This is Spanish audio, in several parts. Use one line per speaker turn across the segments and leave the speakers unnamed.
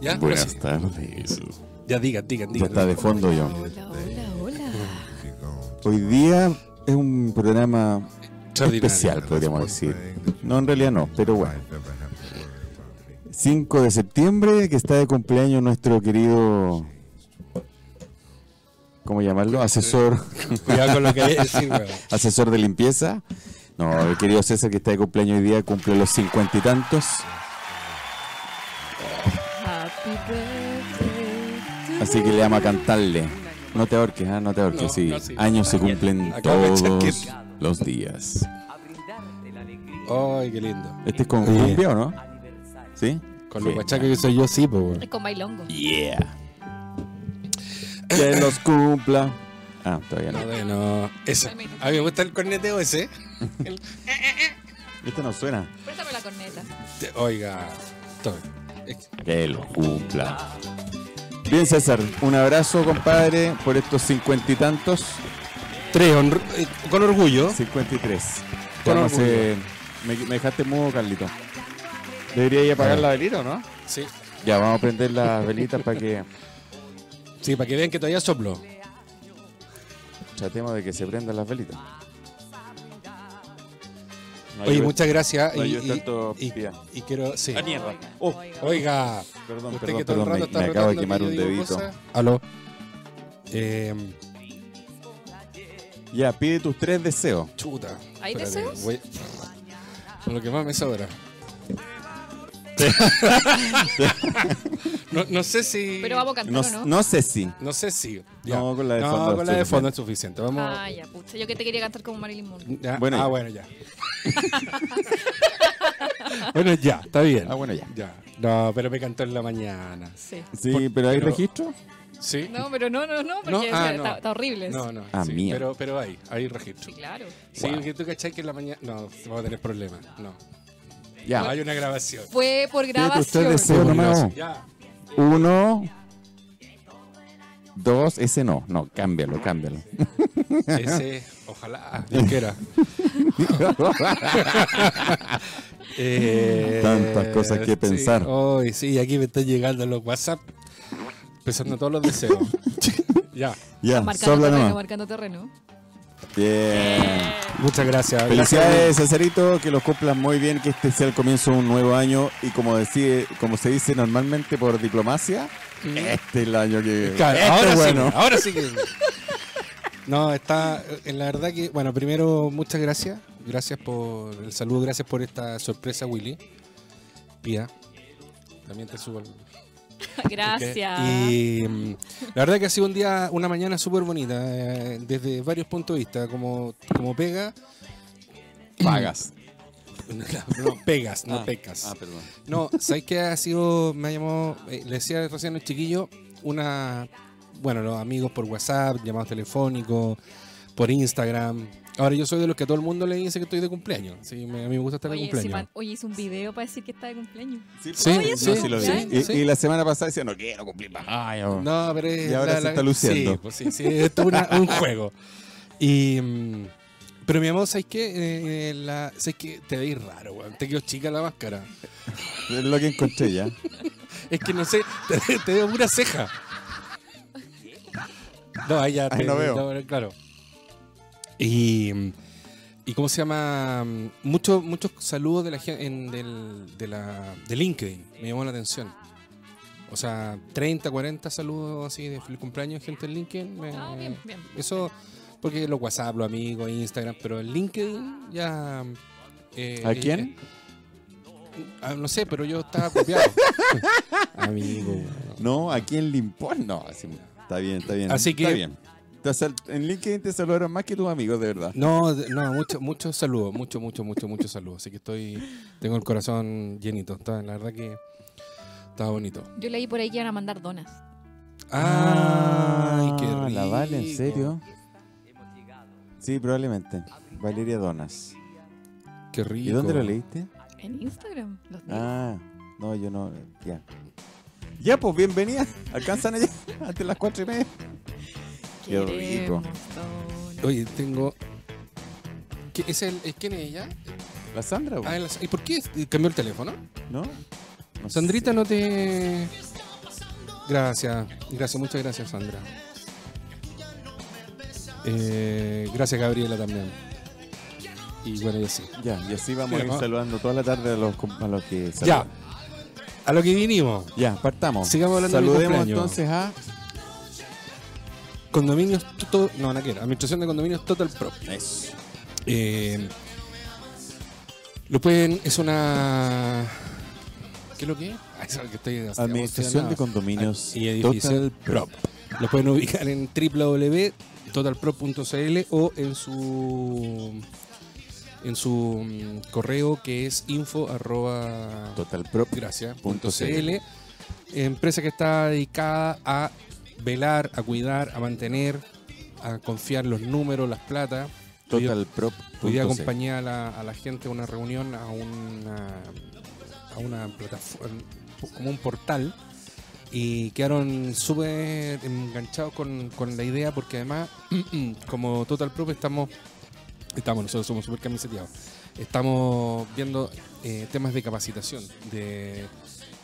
¿Ya?
Buenas
Ahora sí.
tardes.
Ya digan, digan,
Ya
digan.
está de fondo ya.
Hola, hola, hola.
Hoy día es un programa
Extraordinario.
especial, podríamos decir. No, en realidad no, pero bueno. 5 de septiembre, que está de cumpleaños nuestro querido. ¿Cómo llamarlo? Asesor.
Cuidado con lo que vayas a decir, weón.
asesor de limpieza. No, el querido César que está de cumpleaños hoy día cumple los cincuenta y tantos.
Happy birthday. to
Así que le vamos a
you.
cantarle. No te ahorques, ah, no te ahorques.
No,
sí.
no, sí.
Años se cumplen
Acá me
todos
chaqueta.
los días.
Ay, qué lindo.
Este es con
Oye.
cumbia, ¿o no? ¿Sí?
Con
Sí.
lo guachaco que soy yo, sí, pues, weón.
Con bailongo.
Yeah. Que los cumpla. Ah, todavía no.
No, de- no. Esa. A mí me gusta el corneteo ese.
Este no suena.
Préstame la corneta.
Te- Oiga, tome. Es-
Que los cumpla. Bien, César, un abrazo, compadre, por estos cincuenta y tantos.
Tres, honr- eh, con orgullo.
53.
Con
Ya no sé, me, me dejaste mudo, Carlito. Debería ir a apagar la velita, ¿o ¿no?
Sí.
Ya, vamos a prender las velitas para que
Sí, para que vean que todavía soplo.
tratemos de que se prendan las velitas. No
Oye,
ayudes-
muchas gracias.
no
y,
ayudes
y-
tanto,
y-
pía.
y quiero. Sí.
Ah, mierda.
Oiga,
Oh,
oiga.
Oiga,
Perdón,
usted
perdón,
que todo el
perdón,
rato
me,
está
me acabo de
retando
quemar
que
un
yo digo
dedito.
cosas. Aló. Eh,
Ya, pide tus tres deseos.
chuta.
¿Hay
Espérate,
deseos?
voy- Con lo que más me sobra. no, no sé si.
Ah, Pero vamos a cantar,
No,
¿o no?
no sé si.
No sé si.
No, con la de fondo
No, con la de
es
fondo es suficiente. Vamos.
Ah, ya, pucha. Yo que te quería cantar como Marilyn Monroe.
Ya,
Bueno,
ah,
ya.
bueno, ya. bueno, ya, está bien.
Ah, bueno, ya.
Ya. No, pero me cantó en la mañana.
Sí.
Sí, pero ¿hay
pero-
registro?
¿Sí?
No, pero no, no, no, porque
No, ah,
está,
no.
está horrible.
No, no.
Ah,
sí,
mía.
Pero, pero hay, hay registro.
Sí, claro.
Sí, porque tú cachai que en la mañana. No, vamos a tener problemas. No.
Ya.
No hay una grabación.
Fue por
Pide tus tres
grabación.
deseos nomás.
Ya.
Uno. Dos, ese no. No, cámbialo, cámbialo.
Ese, ojalá. Dios quiera. Eh,
Tantas cosas que
sí.
pensar.
Hoy sí, aquí me están llegando los WhatsApp. Pensando todos los deseos. ya.
ya,
Marcando
sopla
terreno,
nomás.
marcando terreno.
Bien.
Muchas gracias.
Felicidades, Cesarito, que los cumplan muy bien, que este sea el comienzo de un nuevo año y como decide, como se dice normalmente por diplomacia, este es el año que
Claro,
este
ahora
es bueno.
sí, ahora sí que. No, está, eh, la verdad que, bueno, primero muchas gracias, gracias por el saludo, gracias por esta sorpresa, Willy, Pía, también te subo. el-
Gracias.
Y mm, la verdad que ha sido un día, una mañana súper bonita, eh, desde varios puntos de vista, como, como pega,
Pagas. Ah,
no, pegas, no pecas.
perdón.
No, ¿sabes qué ha sido? Me ha llamado, eh, le decía recién al chiquillo, una, bueno, los amigos por WhatsApp, llamados telefónicos, por Instagram. Ahora yo soy de los que a todo el mundo le dice que estoy de cumpleaños. Sí, me- a mí me gusta estar de
Oye, sí,
cumpleaños.
man- oye, hice un video para decir que está de cumpleaños.
Sí, pues,
Sí,
no,
sí,
sí lo vi.
sí,
Y,
sí.
y la semana pasada decía, no quiero cumplir más años.
No, pero es
Y ahora se está luciendo.
Sí, pues sí, sí, esto es una- un juego. Y, mm, pero mi amor, ¿sabes qué? Eh, la- ¿sabes qué? Te veis raro, weón. Te quedó chica la máscara.
Es lo que encontré ya.
Es que no sé, te, te veo pura ceja. No, ahí ya
Ahí
te-
no veo.
no, claro. Y, y cómo se llama. Muchos muchos saludos de la gen- en- del, de la de LinkedIn me llamó la atención. O sea, 30, 40 saludos así de feliz cumpleaños, gente en LinkedIn. me-
Ah, bien, bien.
Eso, porque los WhatsApp, los amigos, Instagram, pero en LinkedIn ya. eh,
¿A
eh,
quién?
Ah, no sé, pero yo estaba copiado. Amigo.
No, ¿a quién le importa? No, así- está bien, está bien.
Así
Está
que-
bien. Te sal- en LinkedIn te saludaron más que tus amigos, de verdad.
No, de- no, muchos mucho saludos, mucho, mucho, mucho, mucho saludos. Así que estoy, tengo el corazón llenito. Está, la verdad que está bonito.
Yo leí por ahí que iban a mandar donas.
Ay, qué rico.
Ah, La Vale, ¿en serio? Sí, probablemente. Valeria Donas.
Qué rico.
¿Y dónde lo leíste?
En Instagram. Los días.
Ah, no, yo no. Ya. Ya, pues bienvenida. Alcanzan allá antes de las cuatro y media. qué rico.
Queremos donas.
Oye, tengo. ¿Qué- es el, eh, ¿Quién es ella?
¿La Sandra? pues,
Ah, el- ¿Y por qué es- cambió el teléfono?
¿No? No sé.
Sandrita, no te. Gracias, gracias, muchas gracias, Sandra. Eh, gracias, Gabriela, también. Y bueno, ya sí.
Ya, y así vamos a ir
Mira, va.
saludando toda la tarde a los, com- a los que
Ya,
saludan.
a lo que vinimos.
Ya, partamos.
Sigamos hablando de mi
Saludemos
cumpleaños.
entonces a.
Condominios Total. No, naquera. Administración de Condominios Total Pro.
Eso.
Eh, lo pueden. Es una. ¿Qué es lo que es? Ah, es algo que estoy demasiado
Administración de
emocionado. Ah,
Condominios
y edificios Prop. Lo pueden ubicar en www.totalprop.cl o en su en su mm, correo que es info arroba
Totalprop.
gracias, punto
punto CL.
CL. empresa que está dedicada a velar, a cuidar, a mantener, a confiar los números, las plata.
Totalprop.
Hoy día acompañé a la, a la gente a una reunión, a una, a una plataforma, como un portal, y quedaron súper enganchados con, con la idea, porque además, como Total Proof, estamos, estamos nosotros somos súper camiseteados, estamos viendo eh, temas de capacitación de,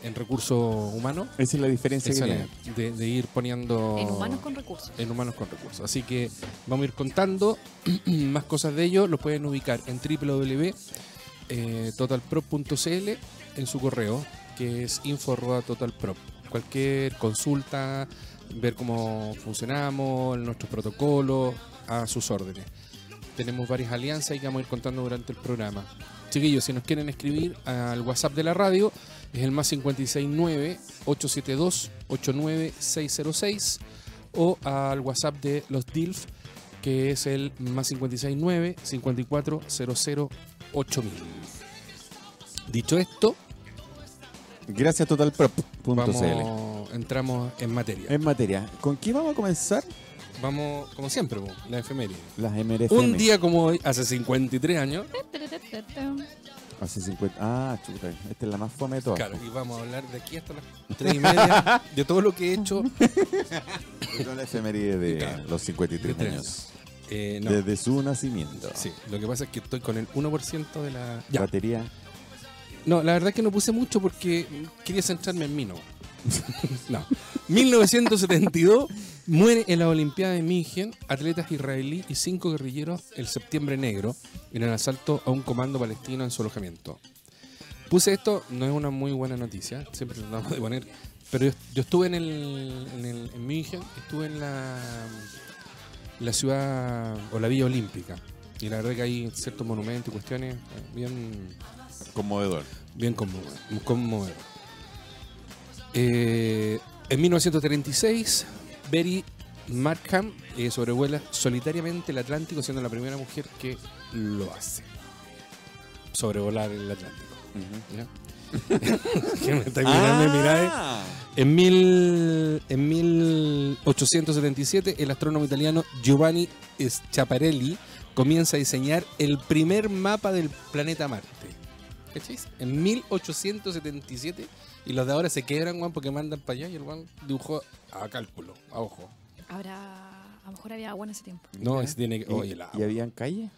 en recursos humanos,
Esa es la diferencia
esa
que
es, de, de ir poniendo
En humanos con recursos.
en Humanos con Recursos. Así que vamos a ir contando más cosas de ello. Los pueden ubicar en eh, www.totalprop.cl en su correo, que es info.totalprop. Cualquier consulta, ver cómo funcionamos, nuestros protocolos, a sus órdenes. Tenemos varias alianzas y que vamos a ir contando durante el programa. Chiquillos, si nos quieren escribir al WhatsApp de la radio, es el más 569-872-89606 o al WhatsApp de los DILF, que es el más 569-54008000. Dicho esto,
viene. Gracias, totalprop.cl.
vamos, entramos en materia.
En materia, ¿con qué vamos a comenzar?
Vamos, como siempre, po, la efeméride.
Las MRFM.
Un día como hoy, hace 53 años,
Hace 50. Ah, chuta. Esta es la más fome de todas.
claro, y vamos a hablar de aquí hasta las 3 y media de todo lo que he hecho.
Esta es la efeméride de
Claro.
los 53
De tres.
años.
Eh, no,
Desde su nacimiento.
sí, lo que pasa es que estoy con el 1% de la... Ya.
Batería.
No, la verdad es que no puse mucho porque quería centrarme en mí, no. no. 1972 muere en la Olimpiada de München atletas israelí y cinco guerrilleros el septiembre negro en el asalto a un comando palestino en su alojamiento. Puse esto, no es una muy buena noticia, siempre tratamos de poner, pero yo, yo estuve en el, en el en München, estuve en la, la ciudad o la Villa Olímpica y la verdad que hay ciertos monumentos y cuestiones eh, bien
Conmovedor.
Bien conmovedor. conmovedor. Eh, en 1936, Betty Markham eh, sobrevuela solitariamente el Atlántico, siendo la primera mujer que lo hace. Sobrevolar el Atlántico. ¿ya? Que me estáis mirando y eh. miráis.
Ah.
En, mil, en 1877, el astrónomo italiano Giovanni Schiaparelli comienza a diseñar el primer mapa del planeta Marte. ¿Cachis? En 1877, y los de ahora se quebran, Juan, porque mandan para allá y el Juan dibujó a cálculo, a ojo.
Ahora, a lo mejor había agua en ese tiempo.
No, ese tiene que. Eh,
¿Y,
Oye, la-
¿Y habían calle?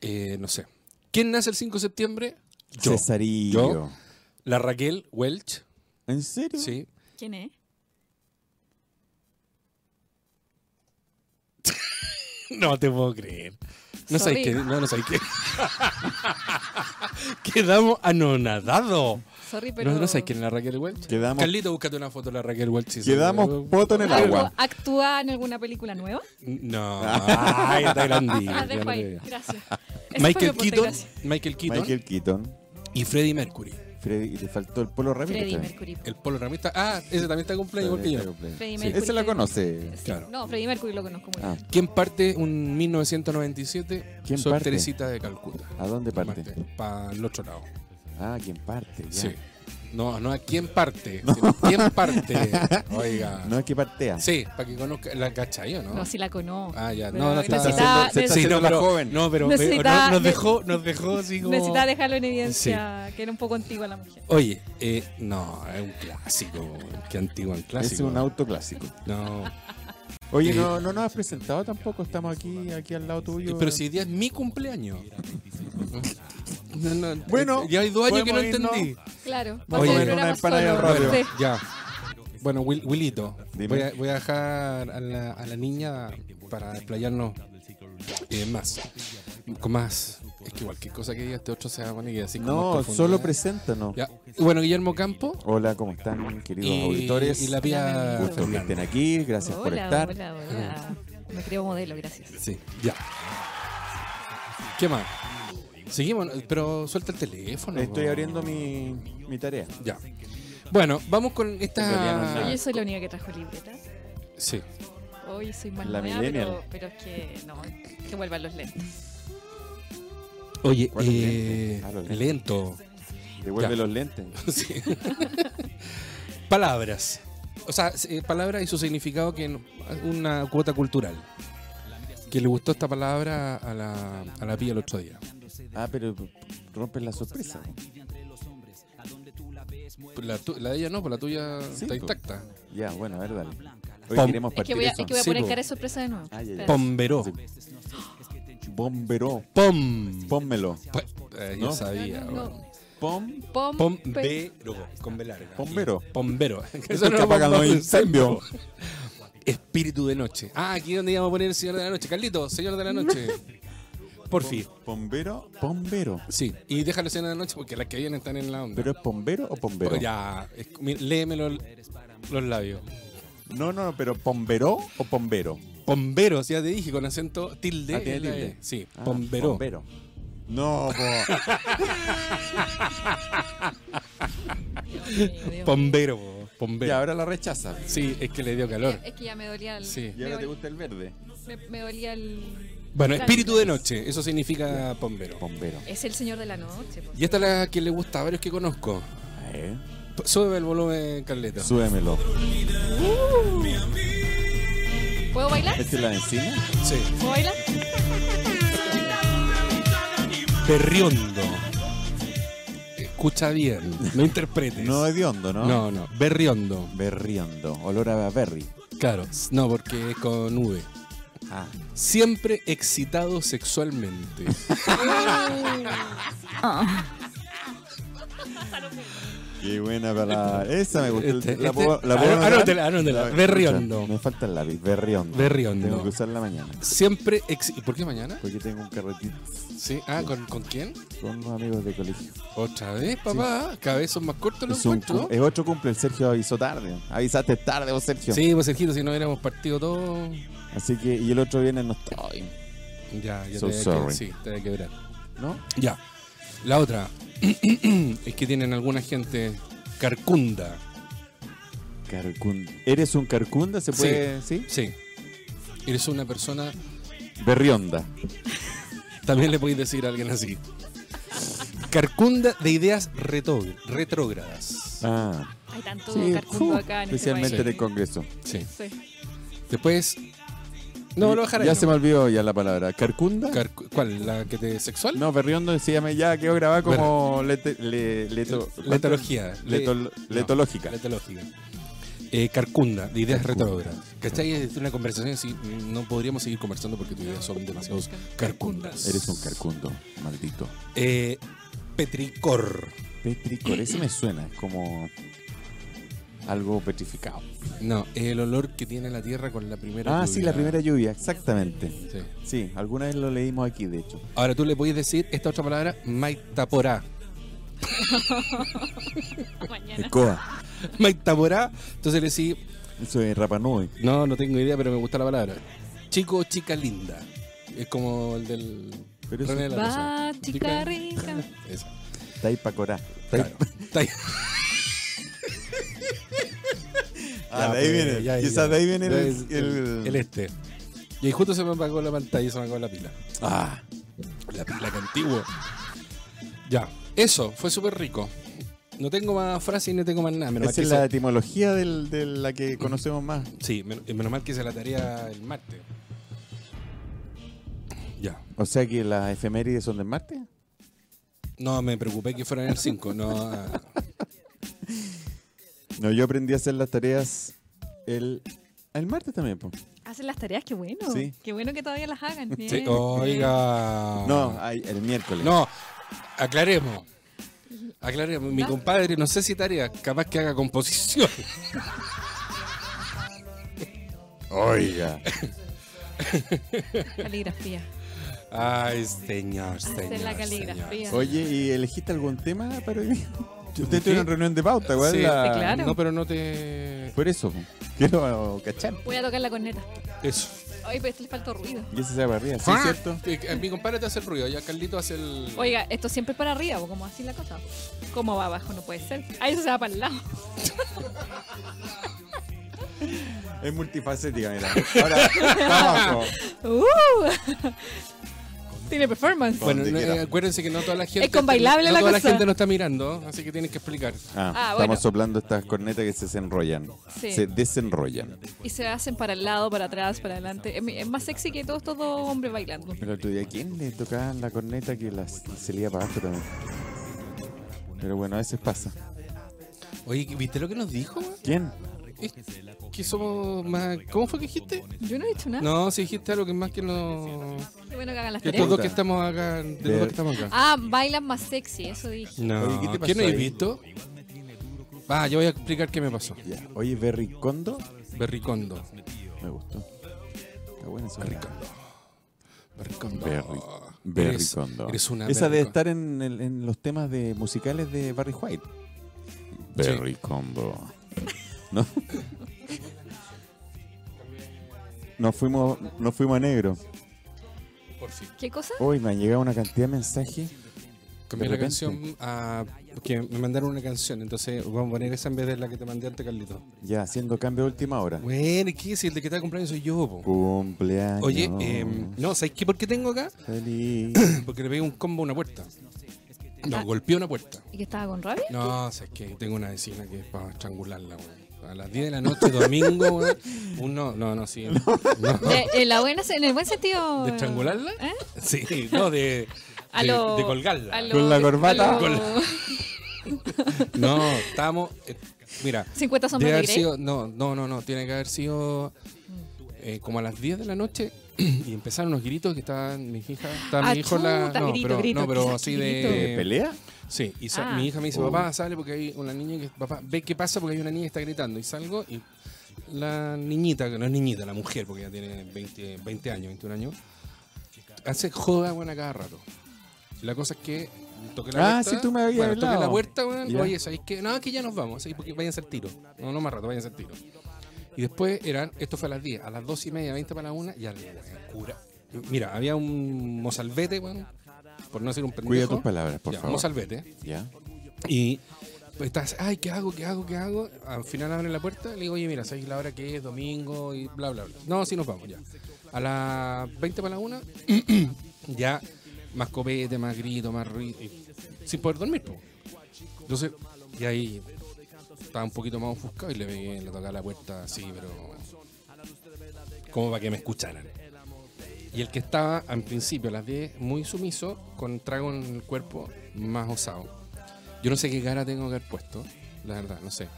eh, no sé. ¿Quién nace el 5 de septiembre? Yo.
Cesarillo.
Yo. La Raquel Welch.
¿En serio?
Sí.
¿Quién es?
No te puedo creer. No
Sorry.
sabéis qué. No, no sabéis qué. Quedamos anonadados.
Sorry, pero.
No, no sabéis quién es la Raquel Welch.
Quedamos-
Carlito, búscate una foto de la Raquel Welch. si se
Quedamos
puede.
poto en el agua.
¿Algo- ¿Actúa en alguna película nueva?
No. Ay, está grandísimo,
Ah, dejo ahí.
grande.
Gracias. Ese fue mi
Michael
aporte,
Keaton,
gracias.
Michael Keaton
Michael Keaton.
y Freddie Mercury.
Freddy, y le faltó el polo rápido.
Freddie Mercury.
Ah, El polo ramista. Ah, ese también está cumpleaños igual que yo.
Freddie
Sí.
Mercury.
Ese la conoce.
Sí,
Claro.
No, Freddie Mercury lo conozco muy
Ah,
bien.
¿Quién parte en 1997?
¿Quién
Sor
parte?
Teresita de Calcuta.
¿a dónde parte?
Para el otro lado.
Ah, ¿quién parte? Ya.
Sí. No, no, ¿a quién parte? sino ¿Quién parte? Oiga.
No es que partea.
Sí, para que conozca la cachayo, ¿no?
No, sí la conozco.
Ah, ya.
Pero
No, no
está
necesitaba-
haciendo- se está
Sí,
neces-
no,
haciendo la
pero,
joven.
no, pero
Necesita-
pero no- nos
ne-
dejó, nos dejó así como...
Necesitaba dejarlo en evidencia que era un poco antigua la mujer.
Oye, eh, no, es un clásico. Qué antiguo el clásico.
es un auto clásico.
No.
Oye,
Sí.
no, no nos has presentado tampoco. Estamos aquí, aquí al lado tuyo.
Pero si hoy día es mi cumpleaños. No, no,
Bueno,
eh, ya hay dos años que no
podemos irnos.
entendí.
Claro.
a
porque el
comer una
programa
empanada
solo-
de radio.
Sí.
Ya. Bueno, Wil- Wilito,
Dime.
voy a, voy a dejar a la, a la niña para desplayarnos eh, más. Con más. Es que cualquier cosa que diga este otro se va a poner así con más
No,
profundidad.
solo preséntanos.
Ya. Bueno, Guillermo Campo
Hola, ¿cómo están, queridos
y,
auditores?
y la
Hola,
Pía
bienvenido.
Gusto que
Fernández.
estén aquí, gracias por
Hola,
estar.
hola,
Ah.
hola. Me creo modelo, gracias.
Sí, ya. ¿Qué más? Seguimos, pero suelta el teléfono.
Estoy
po.
abriendo mi, mi tarea.
Ya. Bueno, vamos con
En realidad no es
esta.
nada.
Yo soy la única que trajo libreta.
Sí.
Hoy soy más
La
nueva,
millennial.
pero, pero es que no, que vuelvan los lentes.
Oye,
¿Cuál es
eh,
lento? Ah, los
lento.
Devuelve
Ya.
los lentes.
Pues Sí. palabras. O sea, eh, palabras y su significado que no- una cuota cultural. Que le gustó esta palabra a la, a la pía el otro día.
Ah, pero rompen la sorpresa.
La, tu- la de ella no, pero la tuya
Sí,
está
po.
intacta.
Ya, bueno, a ver, dale. Hoy
Pom.
queremos
Es que
partir
voy a,
eso.
es que voy a
Sí,
poner
po.
cara de sorpresa de nuevo.
Ah, ya, ya.
Espera.
Pomberó.
Bomberó.
Pom.
Pónmelo.
Po- eh, yo
No.
sabía.
No, no,
bueno.
no.
Pom.
Pom- pe-
Pombero, con B larga.
Pombero.
Pombero.
Eso que apagan los incendios.
Espíritu de noche. Ah, aquí es donde íbamos a poner el señor de la noche. Carlito, señor de la noche. Por fin.
Pombero. Pombero.
Sí. Y déjalo señor de la noche porque las que vienen están en la onda.
¿Pero es pombero o pombero?
Oh, ya, es- mi- léeme los, los labios.
No, no, no, pero pomberó o pombero.
Pombero, ya te dije, con acento tilde.
Ah, tiene
en la
tilde.
E. Sí,
Ah,
pombero.
pombero. No, po.
Dios mío, Dios mío.
Pombero, po, pombero.
y ahora la rechaza.
Sí, es que le dio calor.
Es que ya me dolía el.
Sí.
Y
Me,
ahora te
dol-
gusta el verde.
me- me dolía el.
Bueno,
Claro.
espíritu de noche, eso significa pombero.
Pombero.
Es el señor de la noche. po.
Y esta es la que le gusta a varios que conozco.
A ver.
P- Sube el volumen, Carleta.
Súbemelo.
¿Puedo bailar?
¿Esta ¿Este es la encina?
Sí.
¿Puedo bailar?
Berriondo. Escucha bien, no interpretes.
No, hediondo, ¿no?
no, no. Berriondo.
Berriando. Olor a berry.
Claro, no, porque es con V.
Ah.
Siempre excitado sexualmente.
Qué buena palabra. Esa me gustó.
Este,
la puedo,
este.
la puedo
Anó-
anotar?
anótela, anótela.
La-
Berriondo.
escucha, Me falta el lápiz. Berriondo.
Berriondo.
Tengo que usarla mañana.
Siempre ex... ¿Y por qué mañana?
Porque tengo un carretito
Sí. Ah, ¿con, con quién?
con unos amigos de colegio.
Otra vez, papá. Cada vez son más cortos los
Es, un,
encuentros.
cu- es otro cumple. El Sergio avisó tarde. Avisaste tarde vos, Sergio.
Sí, pues Sergito, si no hubiéramos partido todo.
Así que, y el otro viene no estoy.
Ya, ya
So
te voy a
sorry.
que- sí, te voy a quebrar.
¿No?
Ya. La otra es que tienen alguna gente carcunda.
Carcunda. ¿Eres un carcunda? ¿Se
Sí.
puede? Sí.
Sí. Eres una persona.
Berrionda.
También le podéis decir a alguien así. Carcunda de ideas retó- retrógradas.
Ah.
Hay tanto
Sí,
carcundo
fu,
acá en
especialmente en
este
el
país.
Congreso.
Sí.
Sí.
Después. No, lo bajaré.
Ya se me olvidó ya la palabra. ¿Carcunda?
¿Cuál? ¿La que te sexual?
no, Berriondo decíame ya quedó grabada como lete- le- leto-
Letología.
letol-
Le-
letológica.
Letológica. Eh, carcunda, de ideas retrógradas. ¿Cachai? Es una conversación así. mm, No podríamos seguir conversando porque tus ideas son demasiado carcundas.
Eres un carcundo, maldito.
Eh, petricor.
Petricor, ese me suena, es como algo petrificado.
No, el olor que tiene la tierra con la primera.
Ah,
lluvia.
sí, la primera lluvia, exactamente.
Sí.
Sí, alguna vez lo leímos aquí, de hecho.
Ahora tú le podés decir esta otra palabra, maitaporá.
Mañana.
Escoa,
Maitaporá. Entonces le decís,
eso es Rapa Nui.
no, no tengo idea, pero me gusta la palabra. Chico o chica linda. Es como el del.
Pero eso-
René de la
Va,
Rosa.
chica rica.
Esa.
Taipacorá.
Claro. Está ahí.
Ah,
Ya,
de ahí
pues,
viene,
ya,
quizás
ya.
de ahí viene el...
Es-
el-
el este. Y ahí justo se me apagó la pantalla, se me apagó la pila.
Ah,
La pila que antigua. Ya, eso, fue súper rico. No tengo más frases y no tengo más nada. Menos mal
esa
que
es la
hice-
etimología del- de la que conocemos más.
Sí, men- menos mal que hice la tarea el martes. Ya.
O sea que las efemérides son del martes.
No, me preocupé que fueran el 5. No, ah,
No, yo aprendí a hacer las tareas el, el martes también, po.
Hacen las tareas, qué bueno.
Sí.
Qué bueno que todavía las hagan.
sí,
bien.
oiga.
No, ay, el miércoles.
No, Aclaremos. Aclaremos. Mi compadre, no sé si tarea, capaz que haga composición.
Oiga.
Caligrafía.
Ay, señor,
Hacer
señor.
la caligrafía.
señor.
Oye, ¿y elegiste algún tema para hoy? día?
¿Sí?
Usted tiene una reunión de pauta, ¿cuál
Sí.
es la-
Sí, claro.
No, pero no te.
Por eso, quiero cachar.
Voy a tocar la corneta.
Eso.
Ay, pero esto le falta ruido.
Y ese se va para arriba, ¿sí,
Ah,
cierto?
eh, eh, Mi compadre te hace el ruido, ya Carlito hace el.
Oiga, esto siempre es para arriba, ¿o ¿cómo así la cosa? ¿Cómo va abajo? No puede ser. Ah, eso se va para el lado.
Es multifacética, mira. Ahora, para abajo.
¡Uh! Tiene performance.
Bueno,
Donde
no, eh,
quiera.
acuérdense que no toda la gente.
con bailable
no
la
toda la
cosa.
gente lo está mirando, así que tienes que explicar.
Ah,
Ah,
estamos
bueno.
soplando estas cornetas que se desenrollan.
Sí.
Se desenrollan.
Y se hacen para el lado, para atrás, para adelante. Es, mi- es más sexy que todos estos dos hombres bailando.
El otro día, ¿quién le tocaba la corneta que las- se le iba para abajo también? Pero bueno, a veces pasa.
Oye, ¿viste lo que nos dijo? güey?
¿Quién?
Es Que somos más. ¿Cómo fue que dijiste?
Yo no he dicho nada.
No, si dijiste algo que más que no.
Qué bueno que hagan las
Que
tareas.
todos los que estamos acá. De todos los que estamos acá.
Ah, bailan más sexy, eso dije.
No,
Oye, ¿qué te pasó
¿Qué no he
ahí?
visto? Ah, yo voy a explicar qué me pasó.
Ya. Oye, Berricondo.
Berricondo.
Me gustó. Está buena esa
Berricondo. Berricondo.
Berry,
Eres-
Berricondo.
eres una
Esa de
berricondo.
estar en, el- en los temas de musicales de Barry White. Berricondo. ¿No? Nos fuimos, nos fuimos a negro.
Por fin.
¿Qué cosa?
Hoy me han llegado una cantidad de mensajes.
Cambié
De
la
repente.
canción a. Porque me mandaron una canción, entonces vamos a poner esa en vez de la que te mandé antes, Carlito.
Ya, haciendo cambio a última hora.
Bueno, ¿y ¿qué? Si el de que está cumpleaños soy yo, po.
Cumpleaños.
Oye, em, no, ¿sabes qué? ¿Por qué tengo acá?
Feliz.
Porque le pegué un combo a una puerta.
Ah.
No, golpeó una puerta.
¿Y que estaba con rabia?
No, ¿sabes qué? Tengo una vecina que es para estrangularla, weón. A las 10 de la noche, domingo, weón. Uno, no, no, sí. No.
De- Eh, en la buena, en el buen sentido.
¿De estrangularla?
¿Eh?
Sí, no, de,
A
de,
lo-
de colgarla.
a lo-
Con la
a
corbata.
lo-
Con la- No, estamos. eh, mira,
50
debe
sombras de
haber
Grey.
sido. No, no, no, no. Tiene que haber sido
Mm.
eh, como a las 10 de la noche y empezaron unos gritos que estaban. Mi hija. Estaba
Ah,
mi hijo en la.
chuta,
No,
grito,
pero,
grito,
no, pero
quizás
así
grito.
de.
Eh, ¿Pelea?
Sí, y sa-
Ah.
mi hija me dice,
Oh.
papá, sale porque hay una niña que, papá, ve qué pasa porque hay una niña que está gritando. Y salgo y la niñita, que no es niñita, la mujer, porque ya tiene 20, 20 años, 21 años, hace joda, bueno, a cada rato. Y la cosa es que toqué la
Ah,
puerta.
sí, tú me habías
bueno, toqué
hablado.
la puerta, bueno,
Ya.
oye, ¿sabéis qué? No, que ya nos vamos, ¿sabéis? porque vayan a ser tiro. No, no más rato, vayan a ser tiro. Y después eran, esto fue a las 10, a las 2 y media, 20 para la 1, y a la cura. Mira, había un mozalbete, bueno, por no decir un pendejo.
Cuida tus palabras, por
Ya,
favor.
mozalbete.
Ya.
Y pues estás, ay, ¿qué hago? ¿Qué hago? ¿Qué hago? Al final abren la puerta y le digo, oye, mira, ¿sabes la hora que es? Domingo y bla, bla, bla. No, sí, nos vamos ya. A las 20 para la una, ya más copete, más grito, más ruido, y sin poder dormir. po. Entonces, y ahí estaba un poquito más ofuscado y le pegué, le tocaba la puerta así, pero como para que me escucharan. Y el que estaba al principio, a las 10, muy sumiso, con trago en el cuerpo, más osado. Yo no sé qué cara tengo que haber puesto, la verdad, no sé.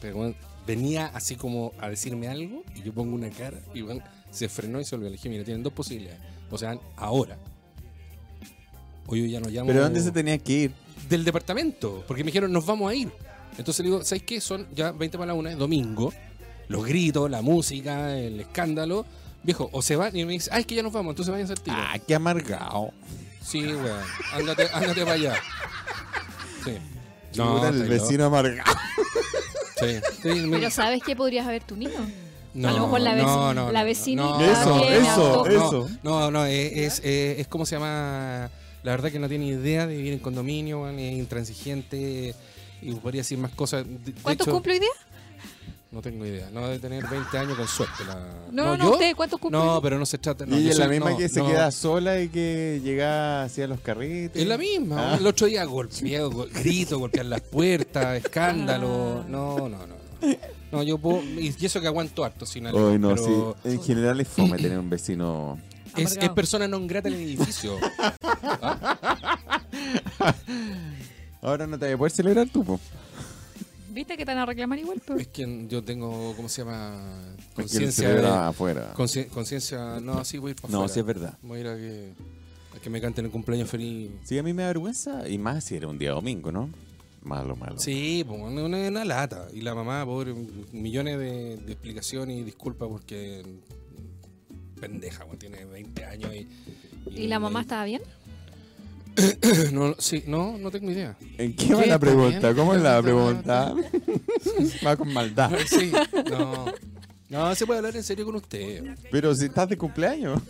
Pero bueno, venía así como a decirme algo y yo pongo una cara y bueno, se frenó y se olvidó. Le dije, mira, tienen dos posibilidades. O sea, ahora. O yo ya no llamo.
¿Pero dónde se tenía que ir?
Del departamento, porque me dijeron, nos vamos a ir. Entonces le digo, ¿sabes qué? Son ya 20 para la una, es domingo. Los gritos, la música, el escándalo. Viejo, o se van y me dice, ay, es que ya nos vamos, entonces vayan a hacer tiro.
Ah, qué amargado.
Sí, weón, ándate, ándate para allá. Sí.
Puta, el
estáis loco.
vecino amargado.
Sí. Sí, me-
Pero ¿sabes qué podrías haber tu niño?
no,
a lo mejor la vec-
no, no,
la
no,
vecinita
no,
Eso,
no,
eso,
no,
eso.
No, no, no, es, es, eh, es como se llama. La verdad que no tiene idea de vivir en condominio, weón, es intransigente y podría decir más cosas. De- de
¿Cuántos
hecho,
cumple hoy día?
No tengo idea. No debe tener 20 años con suerte. La...
No, no, no,
¿yo?
usted, ¿cuántos cumple?
No, pero no se trata. No, yo
y ella es la
soy-
misma
no,
que se
no.
queda sola y que llegaba hacia los carritos.
Es la misma.
Ah.
El otro día golpeado, go- grito, golpear las puertas,
Ah.
escándalo. No, no, no. no. No, yo puedo. Y y eso que aguanto harto sin algo.
Hoy no,
pero
sí. En general es fome tener un vecino.
es, es
Amargado.
persona non grata en el edificio.
Ahora no te voy a poder celebrar tú, po.
¿Viste que te van a reclamar igual? pero-
es que yo tengo, ¿cómo se llama?
Porque él
Conciencia.
celebra
de-
afuera.
consci- Conciencia. No, sí, voy a ir para
No,
afuera.
sí es verdad.
Voy a ir a que. a que que me canten el cumpleaños feliz.
Sí, a mí me da vergüenza. Y más si era un día domingo, ¿no? Malo, malo.
Sí, pues, una, una- una lata. Y la mamá, pobre, millones de, de explicaciones y disculpas porque. Pendeja, weón, tiene 20 años y.
¿Y la mamá estaba bien?
No, sí, no, no tengo idea.
¿En qué va la pregunta?
también?
¿Cómo es la pregunta?
Pregunta.
va con maldad.
Sí, no. No, se puede hablar en serio con usted.
Pero si estás de cumpleaños.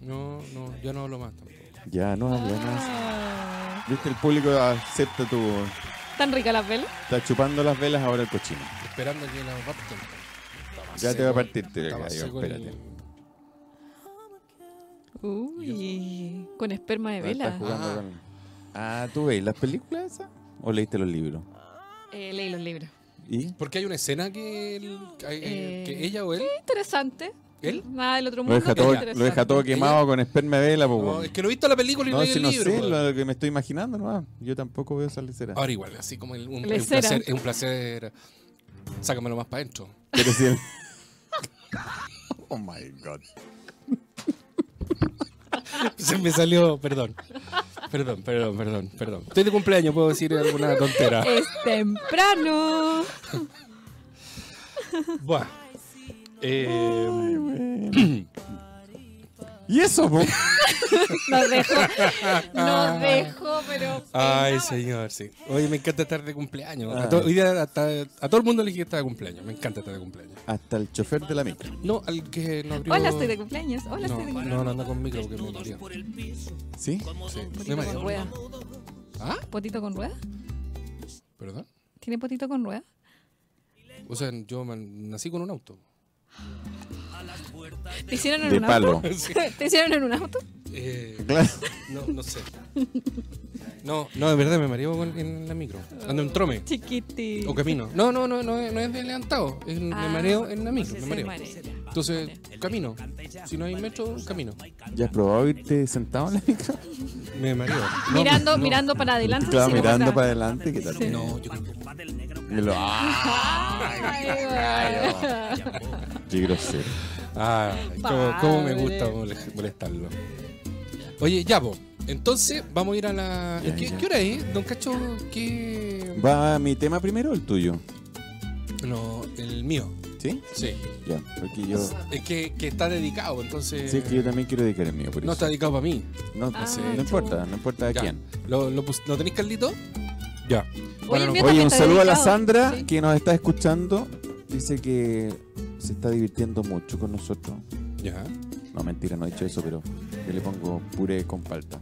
No, no, yo no hablo más tampoco.
Ya, no hablo más.
Ah.
Viste, el público acepta tu...
¿Tan rica las velas?
Está chupando las velas ahora el cochino.
Esperando que la partan.
Ya te va a partir, te
Estaba
digo,
seco el-
espérate.
Uy, con esperma de
No, estás
vela.
jugando
Ah.
con- Ah, ¿tú ves las películas esas? ¿O leíste los libros?
Eh, leí los libros.
¿Y?
Porque hay una escena que, el- que-
Eh.
que ella o él.
Interesante.
¿Él?
Nada del otro
Lo
mundo.
deja,
pero
todo,
interesante.
lo deja todo quemado con esperma de vela,
No,
po, weón.
es que no he visto la película y no
No,
leí
si
el
no
libro.
sé
po. Ah.
lo que me estoy imaginando, no. Yo tampoco veo esa licera.
Ahora igual, así como el- un,
Le
es un placer,
cera.
es un placer. Sácamelo más para adentro.
Pero si el- Oh my god.
Se me salió, perdón. Perdón, perdón, perdón, perdón. Estoy de cumpleaños, puedo decir alguna tontera.
Es temprano.
Buah. Eh,
¿Y eso, po?
Nos dejó. Nos dejó, pero.
Ay,
pena.
señor, sí. Oye, me encanta estar de cumpleaños.
Ah.
A to- hoy día hasta- a todo el mundo le dije que estaba de cumpleaños. Me encanta estar de cumpleaños.
Hasta el chofer de la micro.
No, al que no abrió...
Hola, estoy de cumpleaños.
no,
Hola, estoy de cumpleaños.
no, no anda conmigo porque me murió.
¿Sí?
Sí, me
Potito con
mareó.
rueda.
¿Ah?
¿Potito con rueda?
¿Perdón?
¿Tiene potito con rueda?
O sea, yo man- nací con un auto.
¿Te hicieron en
De
un
palo.
auto? ¿Te hicieron en un auto?
Eh,
Claro.
no, no sé. No, no, de verdad me mareo con- en la micro. Ando en trome.
Chiquiti.
O camino. No, no, no, no, es- no es de levantado. Es,
Ah,
me mareo en la micro, me
se
mareo.
marea.
Entonces, camino. Si no hay metro, camino.
¿Ya has probado irte sentado en la micro?
Me mareo. No,
mirando,
no.
mirando para adelante.
Claro,
sí, como
mirando
está.
para adelante. ¿Qué tal?
No, yo creo que-
Y lo- ¡Ah!
Ay, güey.
¡Qué grosero!
Ah, cómo, cómo me
Padre.
gusta mole- molestarlo. Oye, ya, po. Entonces, vamos a ir a la.
Ya,
¿Qué,
ya.
qué hora es? Don Cacho, ¿qué.
¿Va mi tema primero o el tuyo?
No, el mío.
¿Sí?
Sí.
Ya, porque yo...
Es que, que está dedicado, entonces.
Sí, es que yo también quiero dedicar el mío, por
No
eso.
está dedicado para mí.
No,
Ah,
sí,
chuta.
no importa, no importa a
Ya.
quién.
¿Lo, lo, pus- ¿lo tenéis, Carlito? Ya.
el
no-
mío- Yo
Oye,
también
un
estoy
saludo a la
dedicado,
Sandra
sí.
que nos está escuchando. Dice que se está divirtiendo mucho con nosotros.
Ya.
No, mentira, no he dicho eso, pero yo le pongo puré con palta.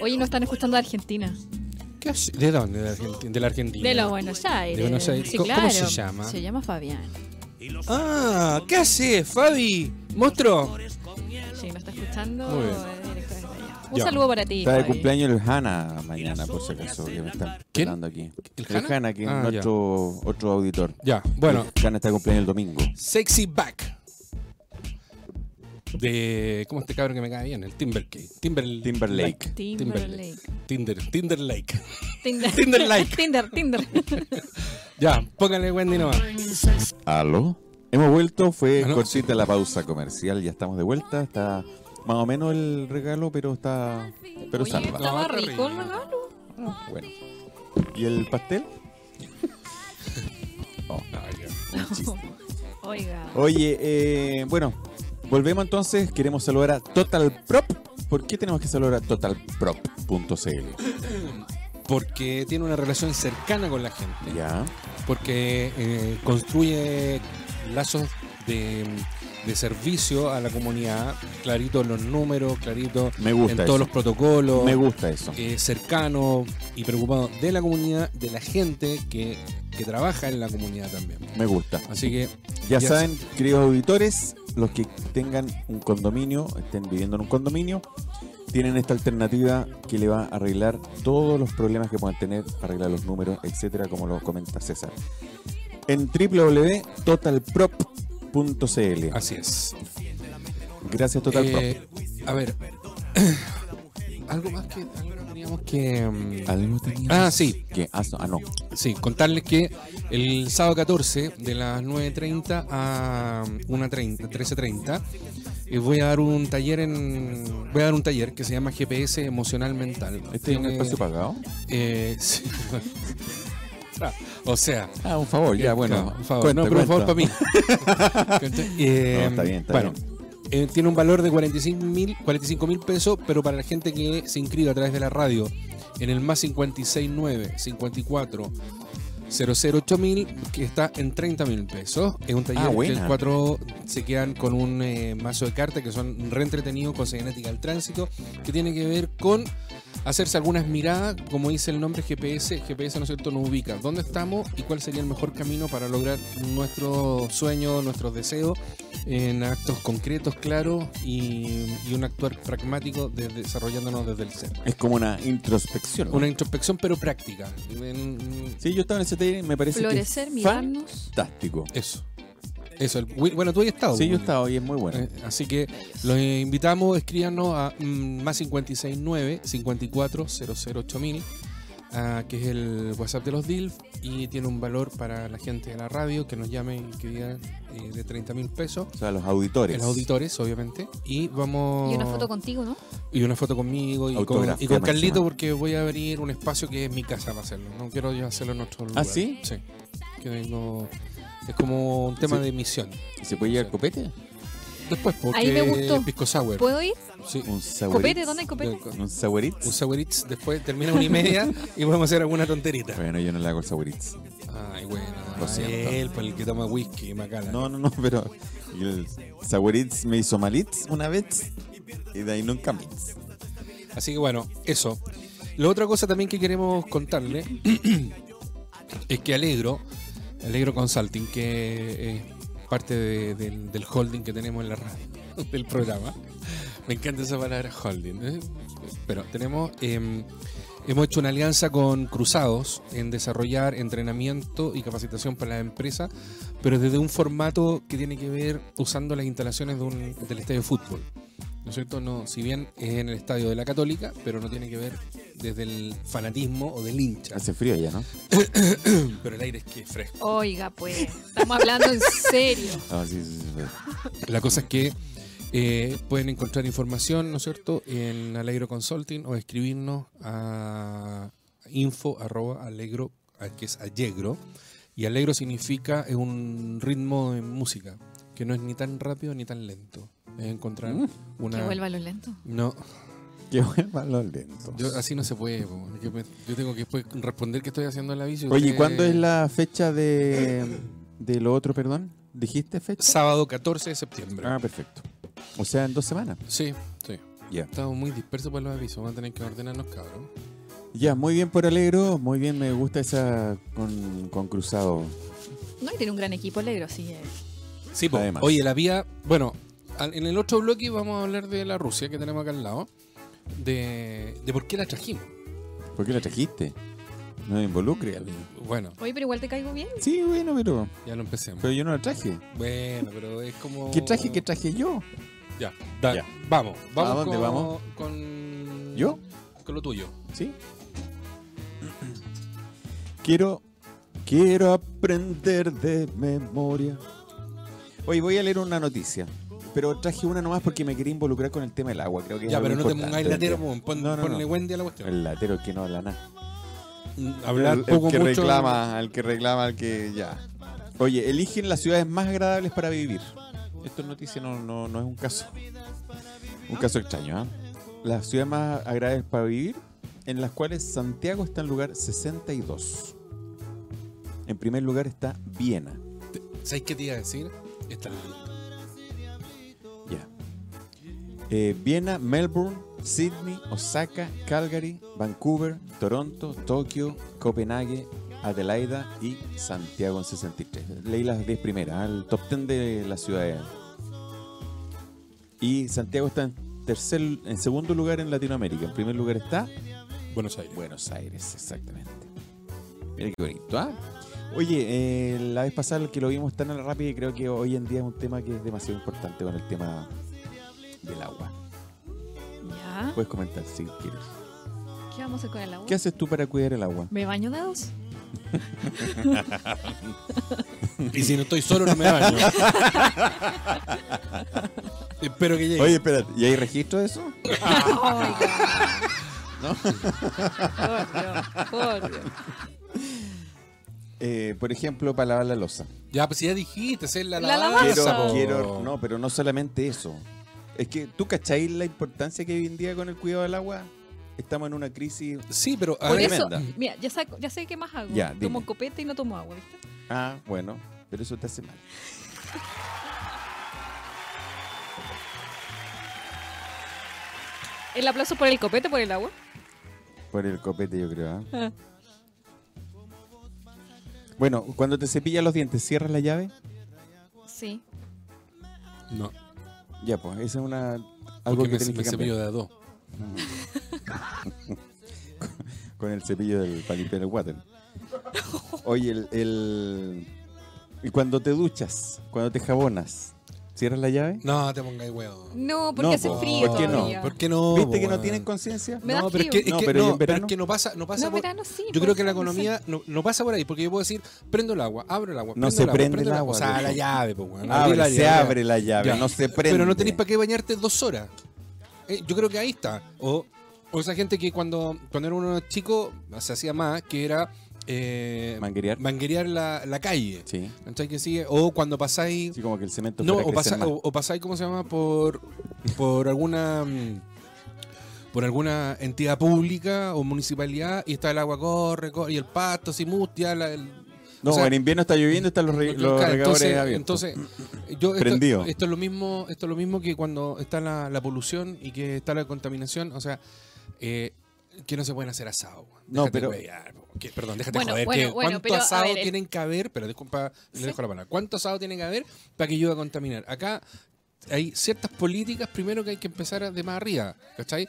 Oye, nos están escuchando de Argentina.
¿Qué hace- ¿De dónde? De, Argentina, de la Argentina.
De los Buenos Aires.
De Buenos Aires.
Sí,
¿Cómo-
claro.
cómo se llama?
Se llama Fabián.
Ah, ¿qué hace, Fabi? ¿Monstruo?
Sí, nos está escuchando.
Muy bien.
eh, directo desde allá. Un
Ya.
saludo para ti.
Está de
Fabi.
cumpleaños el Hanna mañana, por si acaso, que me están
¿Quién?
esperando aquí.
¿El
El
Hanna?
Hanna, que es
Ah, ya.
nuestro otro auditor.
Ya, bueno.
El Hanna está de cumpleaños el domingo.
Sexy Back. De. ¿Cómo este cabrón que me cae bien? El Timberlake. Timberlake.
Timberlake.
Timberlake.
Tinder. Tinderlake.
Tinder.
Tinderlake.
Tinder, Tinder.
Ya, póngale Wendy nomás.
¿Aló? Hemos vuelto, fue
Ah, no.
cortita la pausa comercial, ya estamos de vuelta. Está más o menos el regalo, pero está. Pero
Oye,
salva.
no,
estaba
está
rico el
rico.
regalo.
Ah, Bueno. ¿Y el pastel?
Ah, ya.
Un chiste.
Oiga.
Oye, eh, bueno, volvemos entonces. Queremos saludar a Total Prop. ¿Por qué tenemos que saludar a totalprop.cl?
Porque tiene una relación cercana con la gente.
Ya.
Porque eh, construye lazos de, de servicio a la comunidad. Clarito en los números, clarito
Me gusta
en
eso.
todos los protocolos.
Me gusta eso.
eh, cercano y preocupado de la comunidad, de la gente que, que trabaja en la comunidad también.
Me gusta.
Así que
Ya
Ya
saben, queridos auditores, los que tengan un condominio, estén viviendo en un condominio, tienen esta alternativa que le va a arreglar todos los problemas que puedan tener, arreglar los números, etcétera, como lo comenta César. En www.totalprop.cl.
así es.
Gracias, Total Prop.
Eh, a ver, algo más que algo que tenía teníamos que. mm,
Algo teníamos
Ah, sí.
Que, ah, no, ah, no.
Sí, contarles que el sábado 14 de las 9.30 a 1.30, 13.30 eh, voy a dar un taller en voy a dar un taller que se llama GPS emocional mental.
Este es un
Tiene,
espacio pagado.
eh, sí. o sea,
Ah, un favor, ya, bueno.
por favor,
cuenta,
no, pero un favor
cuenta.
para mí. Entonces, eh,
No, está bien, está
bueno,
bien.
eh, tiene un valor de 45 mil pesos, pero para la gente que se inscribe a través de la radio en el más 569 54 008 mil, que está en 30 mil pesos. Es un taller
Ah,
que
buena.
el cuatro se quedan con un eh, mazo de cartas que son re entretenidos con genética del tránsito, que tiene que ver con hacerse algunas miradas, como dice el nombre GPS, GPS, ¿no es cierto?, nos ubica dónde estamos y cuál sería el mejor camino para lograr nuestros sueños, nuestros deseos, en actos concretos, claros y, y un actuar pragmático de- desarrollándonos desde el ser.
Es como una introspección. ¿no?
Una introspección pero práctica. En-
Sí, yo estaba en ese taller y me parece que es
Florecer, mirarnos.
fantástico.
eso. Eso. el- bueno, tú has estado.
Sí, yo
William.
estaba hoy, es muy bueno.
Eh, así que los invitamos, escríbanos a mm, más 569 5408000 ah, que es el WhatsApp de los DILF y tiene un valor para la gente de la radio que nos llame y que diga eh, de 30 mil pesos.
O sea, los auditores.
Los auditores, obviamente. Y vamos.
Y una foto contigo, ¿no?
y una foto conmigo y con,
Autografía
y con
máxima.
Carlito, porque voy a abrir un espacio que es mi casa para hacerlo. No quiero yo hacerlo en nuestro lugar.
¿Ah, sí?
Sí. Que tengo- es como un tema
Sí.
de misión.
¿Y ¿Se puede llevar copete?
Después, porque
Ahí me gustó.
Pisco Sour.
¿Puedo ir?
Sí.
¿Un
¿Copete?
saborit?
¿Dónde hay copete?
De-
¿Un saborit?
Un saboritz, después termina una y media y vamos a hacer alguna tonterita.
Bueno, yo no le hago el saborit.
Ay, bueno,
Lo siento.
él, por el que toma whisky, Macala.
No, no, no, pero y el saborit me hizo malitz una vez y de ahí nunca mitz.
Así que bueno, eso. La otra cosa también que queremos contarle es que Alegro, Alegro Consulting, que es parte de- del, del holding que tenemos en la radio, del programa. Me encanta esa palabra holding. ¿eh? Pero tenemos, eh, hemos hecho una alianza con Cruzados en desarrollar entrenamiento y capacitación para la empresa, pero desde un formato que tiene que ver usando las instalaciones de un- del estadio de fútbol. ¿No es cierto? No, si bien es en el estadio de la Católica, pero no tiene que ver desde el fanatismo o del hincha.
Hace frío ya, ¿no?
Pero el aire es que es fresco.
Oiga, pues, estamos hablando en serio.
Ah, sí, sí, sí, sí.
La cosa es que eh, pueden encontrar información, ¿no es cierto?, en Alegro Consulting o escribirnos a info arroba alegro, a- que es allegro. Y alegro significa es un ritmo de música, que no es ni tan rápido ni tan lento. Es encontrar
Mm,
una...
Que vuelva lo lento.
No,
Que vuelvan los lentos.
yo, así no se puede. po. Es que me- Yo tengo que después responder que estoy haciendo el aviso. y
Oye, ¿y
ustedes-
¿cuándo es la fecha de, de lo otro, perdón? ¿Dijiste fecha?
Sábado 14 de septiembre.
Ah, perfecto. O sea, en dos semanas.
Sí, sí.
Ya.
Estamos muy dispersos por los avisos. Van a tener que ordenarnos, cabrón.
Ya, muy bien por Alegro, muy bien, me gusta esa con, con Cruzado.
No, y tiene un gran equipo alegro, sí. eh.
Sí, po.
Además.
oye, la vía. Bueno, al- en el otro bloque vamos a hablar de la Rusia que tenemos acá al lado. De, de por qué la trajimos.
¿Por qué la trajiste? No me involucre, Alegro.
Bueno,
Oye, pero igual te caigo bien.
Sí, bueno, pero,
ya lo empecemos.
pero yo no la traje.
Bueno, pero es como.
¿Qué traje? ¿Qué traje yo?
Ya, da-
Ya.
Vamos, vamos.
¿A dónde
con,
vamos?
Con.
¿Yo?
Con lo tuyo.
¿Sí? Quiero, quiero aprender de memoria. Hoy voy a leer una noticia, pero traje una nomás porque me quería involucrar con el tema del agua. Creo que es
ya,
algo
pero no te
importante.
pongáis la tierra, pon, pon-
No, no,
ponle
no.
Wendy a la cuestión.
El latero que no habla nada.
Hablar
el, el
poco
que
mucho.
reclama, el que reclama, al que ya. Oye, eligen las ciudades más agradables para vivir. Esto es noticia, no, no, no es un caso. Un caso extraño, ¿ah? Las ciudades más agradables para vivir, en las cuales Santiago está en lugar 62. En primer lugar está Viena.
¿Sabes qué te iba a decir? Está lindo.
Ya. Eh, Viena, Melbourne, Sydney, Osaka, Calgary, Vancouver, Toronto, Tokio, Copenhague, Adelaida y Santiago en 63. Leí las 10 primeras, ¿ah? el top 10 de las ciudades. Y Santiago está en, tercer, en segundo lugar en Latinoamérica. En primer lugar está
Buenos Aires.
Buenos Aires, exactamente. Mira qué bonito, ¿ah? Oye, eh, la vez pasada que lo vimos tan al rápido, creo que hoy en día es un tema que es demasiado importante con el tema del agua.
Ya.
Puedes comentar si quieres.
¿Qué vamos a hacer con el agua?
¿Qué haces tú para cuidar el agua?
¿Me baño dados?
Y si no estoy solo, no me baño. Espero que llegue.
Oye, espérate, ¿y hay registro de eso?
Por Dios, por Dios.
Eh, por ejemplo, para lavar la losa.
Ya, pues ya dijiste, es la,
La
alabanza,
alabanza.
po.
Quiero, quiero, no, pero no solamente eso. Es que tú cacháis la importancia que hoy en día con el cuidado del agua. Estamos en una crisis.
Sí, pero a
Por
ver,
eso,
Tremenda.
mira, ya, saco- ya sé qué más hago.
Ya,
tomo
dime.
copete y no tomo agua, ¿viste?
Ah, bueno, pero eso te hace mal.
¿El aplauso por el copete o por el agua?
Por el copete, yo creo. ¿ah?
Ah.
Bueno, cuando te cepillas los dientes, ¿cierras la llave?
Sí.
no,
Ya, pues, esa es una. Algo
porque
que
me,
tenés
me
que cambiar.
cepillo de a dos.
con el cepillo del para limpiar el water. Oye, el, el- Y cuando te duchas, cuando te jabonas, ¿cierras la llave?
No, te pongáis huevo. Oh,
No, porque
No,
hace
po.
frío
¿Por qué no?
todavía.
¿Por qué no?
¿Viste que
po,
no
weón?
tienes conciencia?
Me da
No, pero es que,
frío.
es que no,
No, pero ¿y en
pero es
verano?
que no pasa, no pasa
No,
por-
verano sí.
Yo
pues,
creo que la
no sé.
economía no, no pasa por ahí, porque yo puedo decir, prendo el agua, abro el agua.
No
prendo
se prende
prendo
el
O
agua,
sea, la
viejo.
llave, po, weón.
Abre,
Abrí la
Ah, se
llave.
abre la llave,
Ya.
no se prende.
Pero no tenéis para qué bañarte dos horas. Eh, yo creo que ahí está. O, o esa gente que cuando, cuando era uno chico se hacía más, que era eh,
Manguerear.
manguerear la, la calle.
Sí,
¿Cachai que sigue? O cuando pasáis.
sí, como que el cemento
No,
fuera a
o,
crecer
pasa-
más.
o- o pasáis, ¿cómo se llama? Por, por alguna. mm, Por alguna entidad pública o municipalidad y está el agua corre, corre y el pasto, si mustia. la- el-
No,
o sea,
en invierno está lloviendo, están los, re-
claro,
los regadores
entonces,
abiertos.
entonces, yo esto,
Prendido.
esto es lo mismo, esto es lo mismo que cuando está la, la polución y que está la contaminación, o sea, eh, que no se pueden hacer asado. weón.
No,
Déjate
pero-
huevear, weón. Que- perdón, déjate
Bueno,
joder.
bueno,
que
bueno,
¿Cuánto
pero, a
asado
ver, el-
tienen que haber? Pero disculpa, le
Sí.
dejo la palabra. ¿Cuánto asado tienen que haber para que ayude a contaminar? Acá hay ciertas políticas primero que hay que empezar a- de más arriba, ¿cachai?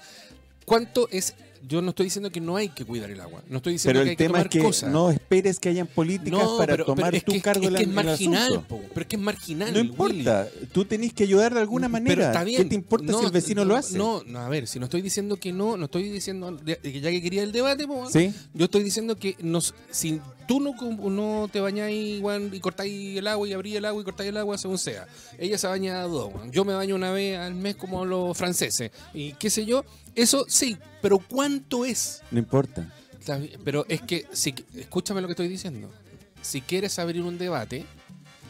¿Cuánto es? Yo no estoy diciendo que no hay que cuidar el agua, no estoy diciendo que
Pero el
hay
tema es
que
que
tomar cosas.
no esperes que hayan políticas para
pero- pero
tomar
es
tu
que-
cargo
es
la-
que es
el
marginal,
asunto.
po, pero es que es marginal.
No
Willy.
importa, tú tenés que ayudar de alguna
Pero
manera.
está bien.
¿Qué te importa si
No,
el vecino
no,
lo hace?
No, no, a ver, si no estoy diciendo que no, no estoy diciendo de- de que ya que quería el debate, po,
¿Sí?
yo estoy diciendo que nos, si tú no, com- no te bañáis weón, y cortáis el agua y abrís el agua y cortáis el agua según sea, ella se baña a dos, weón. yo me baño una vez al mes como los franceses y qué sé yo, eso sí, pero ¿cuánto es?
No importa.
Está bien, Pero es que, si, escúchame lo que estoy diciendo. Si quieres abrir un debate,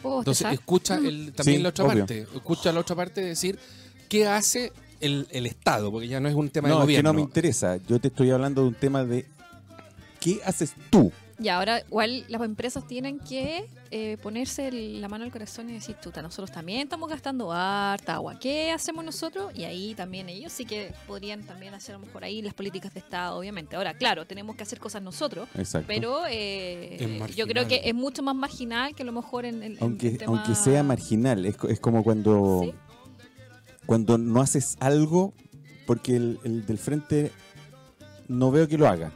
¿Puedo
entonces
bostezar?
escucha el, también
Sí,
la otra
obvio.
parte. Escucha la otra parte decir qué hace el, el Estado, porque ya no es un tema
No,
de
es que
gobierno.
no me interesa. Yo te estoy hablando de un tema de ¿qué haces tú?
Y ahora igual las empresas tienen que eh, ponerse el- la mano al corazón y decir, tuta, nosotros también estamos gastando harta agua. ¿Qué hacemos nosotros? Y ahí también ellos sí que podrían también hacer a lo mejor ahí las políticas de Estado, obviamente. Ahora, claro, tenemos que hacer cosas nosotros,
Exacto.
pero eh,
Es marginal.
yo creo que es mucho más marginal que a lo mejor en el... en
aunque,
el
aunque sea marginal, es, co- es como cuando,
Sí.
cuando no haces algo porque el, el del frente no veo que lo haga.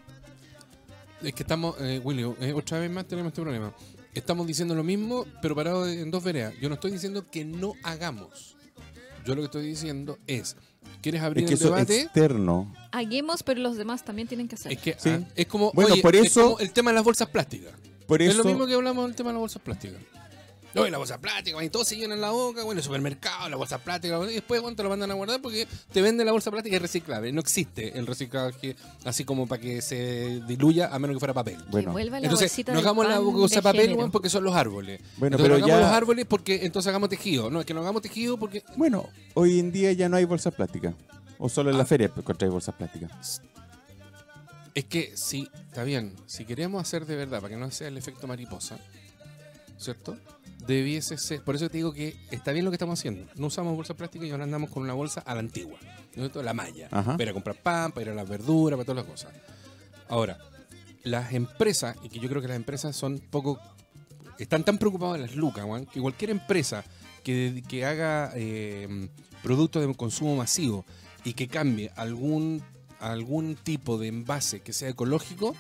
Es que estamos, eh, Willy, eh, otra vez más tenemos este problema. Estamos diciendo lo mismo, pero parado en dos veredas. Yo no estoy diciendo que no hagamos. Yo lo que estoy diciendo es, ¿quieres abrir
Es que
el
eso es
debate?
externo.
Hagamos, pero los demás también tienen que hacer.
Es que
Sí.
ah, es como,
Bueno,
oye,
por
es
eso-
como el tema de las bolsas plásticas.
Por
Es
eso,
lo mismo que hablamos del tema de las bolsas plásticas. No, y la bolsa plástica, y todos se llenan la boca, bueno, el supermercado, la bolsa plástica, y después bueno, te lo mandan a guardar porque te venden la bolsa plástica y es reciclable. No existe el reciclaje así como para que se diluya a menos que fuera papel.
Que
bueno,
vuelva la
Entonces,
bolsita
no
del
hagamos la
pan
bolsa
de
de papel
género.
weón, porque son los árboles.
Bueno,
entonces,
pero
no hagamos
ya-
los árboles porque entonces hagamos tejido. No, es que no hagamos tejido porque
bueno, hoy en día ya no hay bolsas plásticas. O solo en la
Ah.
feria encontráis bolsas plásticas.
Es que sí, está bien. Si queremos hacer de verdad, para que no sea el efecto mariposa, ¿cierto? Debiese ser. Por eso te digo que está bien lo que estamos haciendo. No usamos bolsa plástica y ahora andamos con una bolsa a la antigua. ¿no es cierto? La malla.
Ajá.
Para ir a comprar pan, para ir a las verduras, para todas las cosas. Ahora, las empresas, y que yo creo que las empresas son poco. Están tan preocupadas de las lucas, Juan, que cualquier empresa que, que haga eh, productos de consumo masivo y que cambie algún, algún tipo de envase que sea ecológico,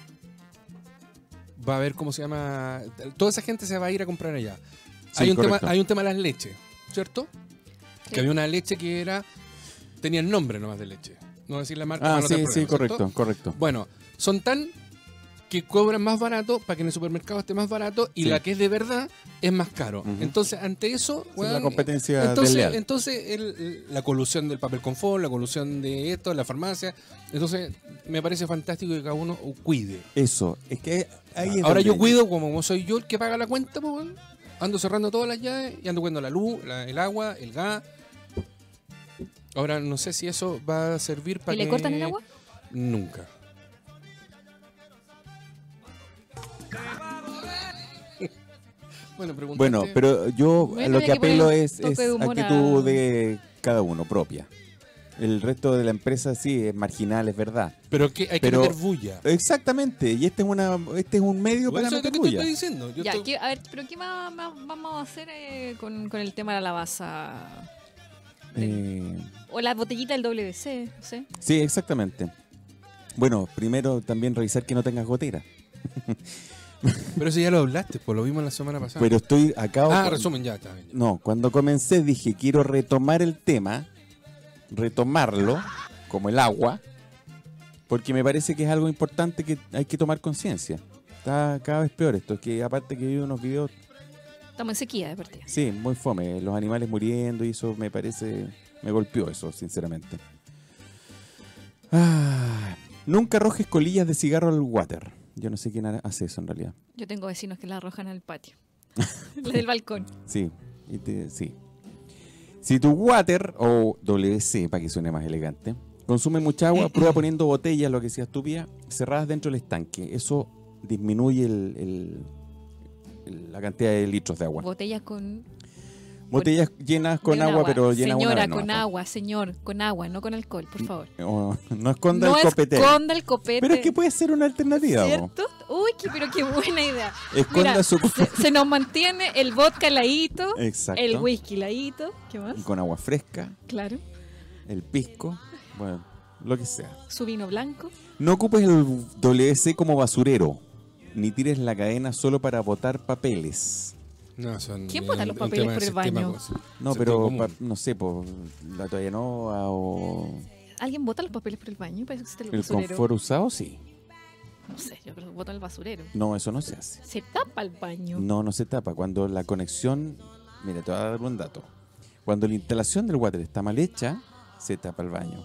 va a ver cómo se llama. Toda esa gente se va a ir a comprar allá.
Sí,
hay, un tema,
correcto.
hay un tema de las leches, ¿cierto? Que había una leche que era. tenía el nombre nomás de leche. no decir la marca. para
Ah,
no
sí,
tener
sí,
problemas, ¿cierto?
correcto, correcto.
Bueno, son tan que cobran más barato para que en el supermercado esté más barato y
Sí.
la que es de verdad es más caro.
Ujú.
Entonces, ante eso,
Esa es
weón, eh,
la competencia
entonces,
desleal.
entonces el- la colusión del papel confort, la colusión de esto, la farmacia. Entonces, me parece fantástico que cada uno cuide.
Eso, es que ahí es
Ahora
donde-
yo cuido, como, como soy yo el que paga la cuenta, pues, weón, ando cerrando todas las llaves y ando cuidando la luz, la- el agua, el gas. Ahora no sé si eso va a servir para
¿Y
que...
le cortan el agua?
Nunca. bueno, preguntaste-
Bueno, pero yo
Voy a
a lo
tener
que
que poner
apelo
un
es,
toque
es
de humor a-
actitud de cada uno propia. El resto de la empresa sí es marginal, es verdad.
Pero que hay
pero-
que meter bulla.
Exactamente, y este es una este es un medio
Bueno, eso
para
es lo que
meter
te
bulla.
estoy diciendo. Yo
Ya,
estoy-
¿qué- a ver, pero ¿qué más, más vamos a hacer eh, con, con el tema de la lavaza?
Eh,
O la botellita del WC, no sé.
sí, exactamente. Bueno, primero también revisar que no tengas gotera.
Pero eso ya lo hablaste, pues lo vimos la semana pasada.
Pero estoy acá
ah, resumen, ya está. bien, ya.
No, cuando comencé dije quiero retomar el tema, retomarlo, como el agua, porque me parece que es algo importante que hay que tomar conciencia. Está cada vez peor esto, es que aparte que vi unos videos,
Estamos en sequía de partida.
sí, muy fome, los animales muriendo y eso me parece, me golpeó eso, sinceramente. Ah, nunca arrojes colillas de cigarro al water. Yo no sé quién hace eso en realidad.
Yo tengo vecinos que la arrojan al patio. Las del balcón.
Sí, y te- sí. Si tu water o WC, para que suene más elegante, consume mucha agua, prueba poniendo botellas, lo que sea estúpida, cerradas dentro del estanque. Eso disminuye el- el- el- la cantidad de litros de agua.
Botellas con.
Botellas llenas con
de un
agua, pero llenas una
Señora,
vez
con
nomás.
agua, señor, con agua, no con alcohol, por favor.
O- no esconda
no
el copete.
esconda el copete.
Pero es que puede ser una alternativa. po.
¿Cierto? Uy, qué- pero qué buena idea.
Esconda
Mira,
su
se, se nos mantiene el vodka ladito,
Exacto.
el whisky ladito, ¿qué más?
Con agua fresca,
Claro,
el pisco, bueno, lo que sea.
su vino blanco.
No ocupes el WC como basurero, ni tires la cadena solo para botar papeles.
No, son-
¿Quién bota
un-
los
un
papeles
tema de
por el
sistema,
baño?
pues,
No,
sentido
pero
común.
pa- no sé, por la toalla nova o
¿Alguien bota los papeles por el baño? Parece que existe el
el
basurero.
confort usado, sí.
No sé, yo creo que botan el basurero.
No, eso no se hace.
Se tapa el baño.
No, no se tapa. Cuando la conexión, mira, te voy a dar un dato. Cuando la instalación del water está mal hecha, se tapa el baño.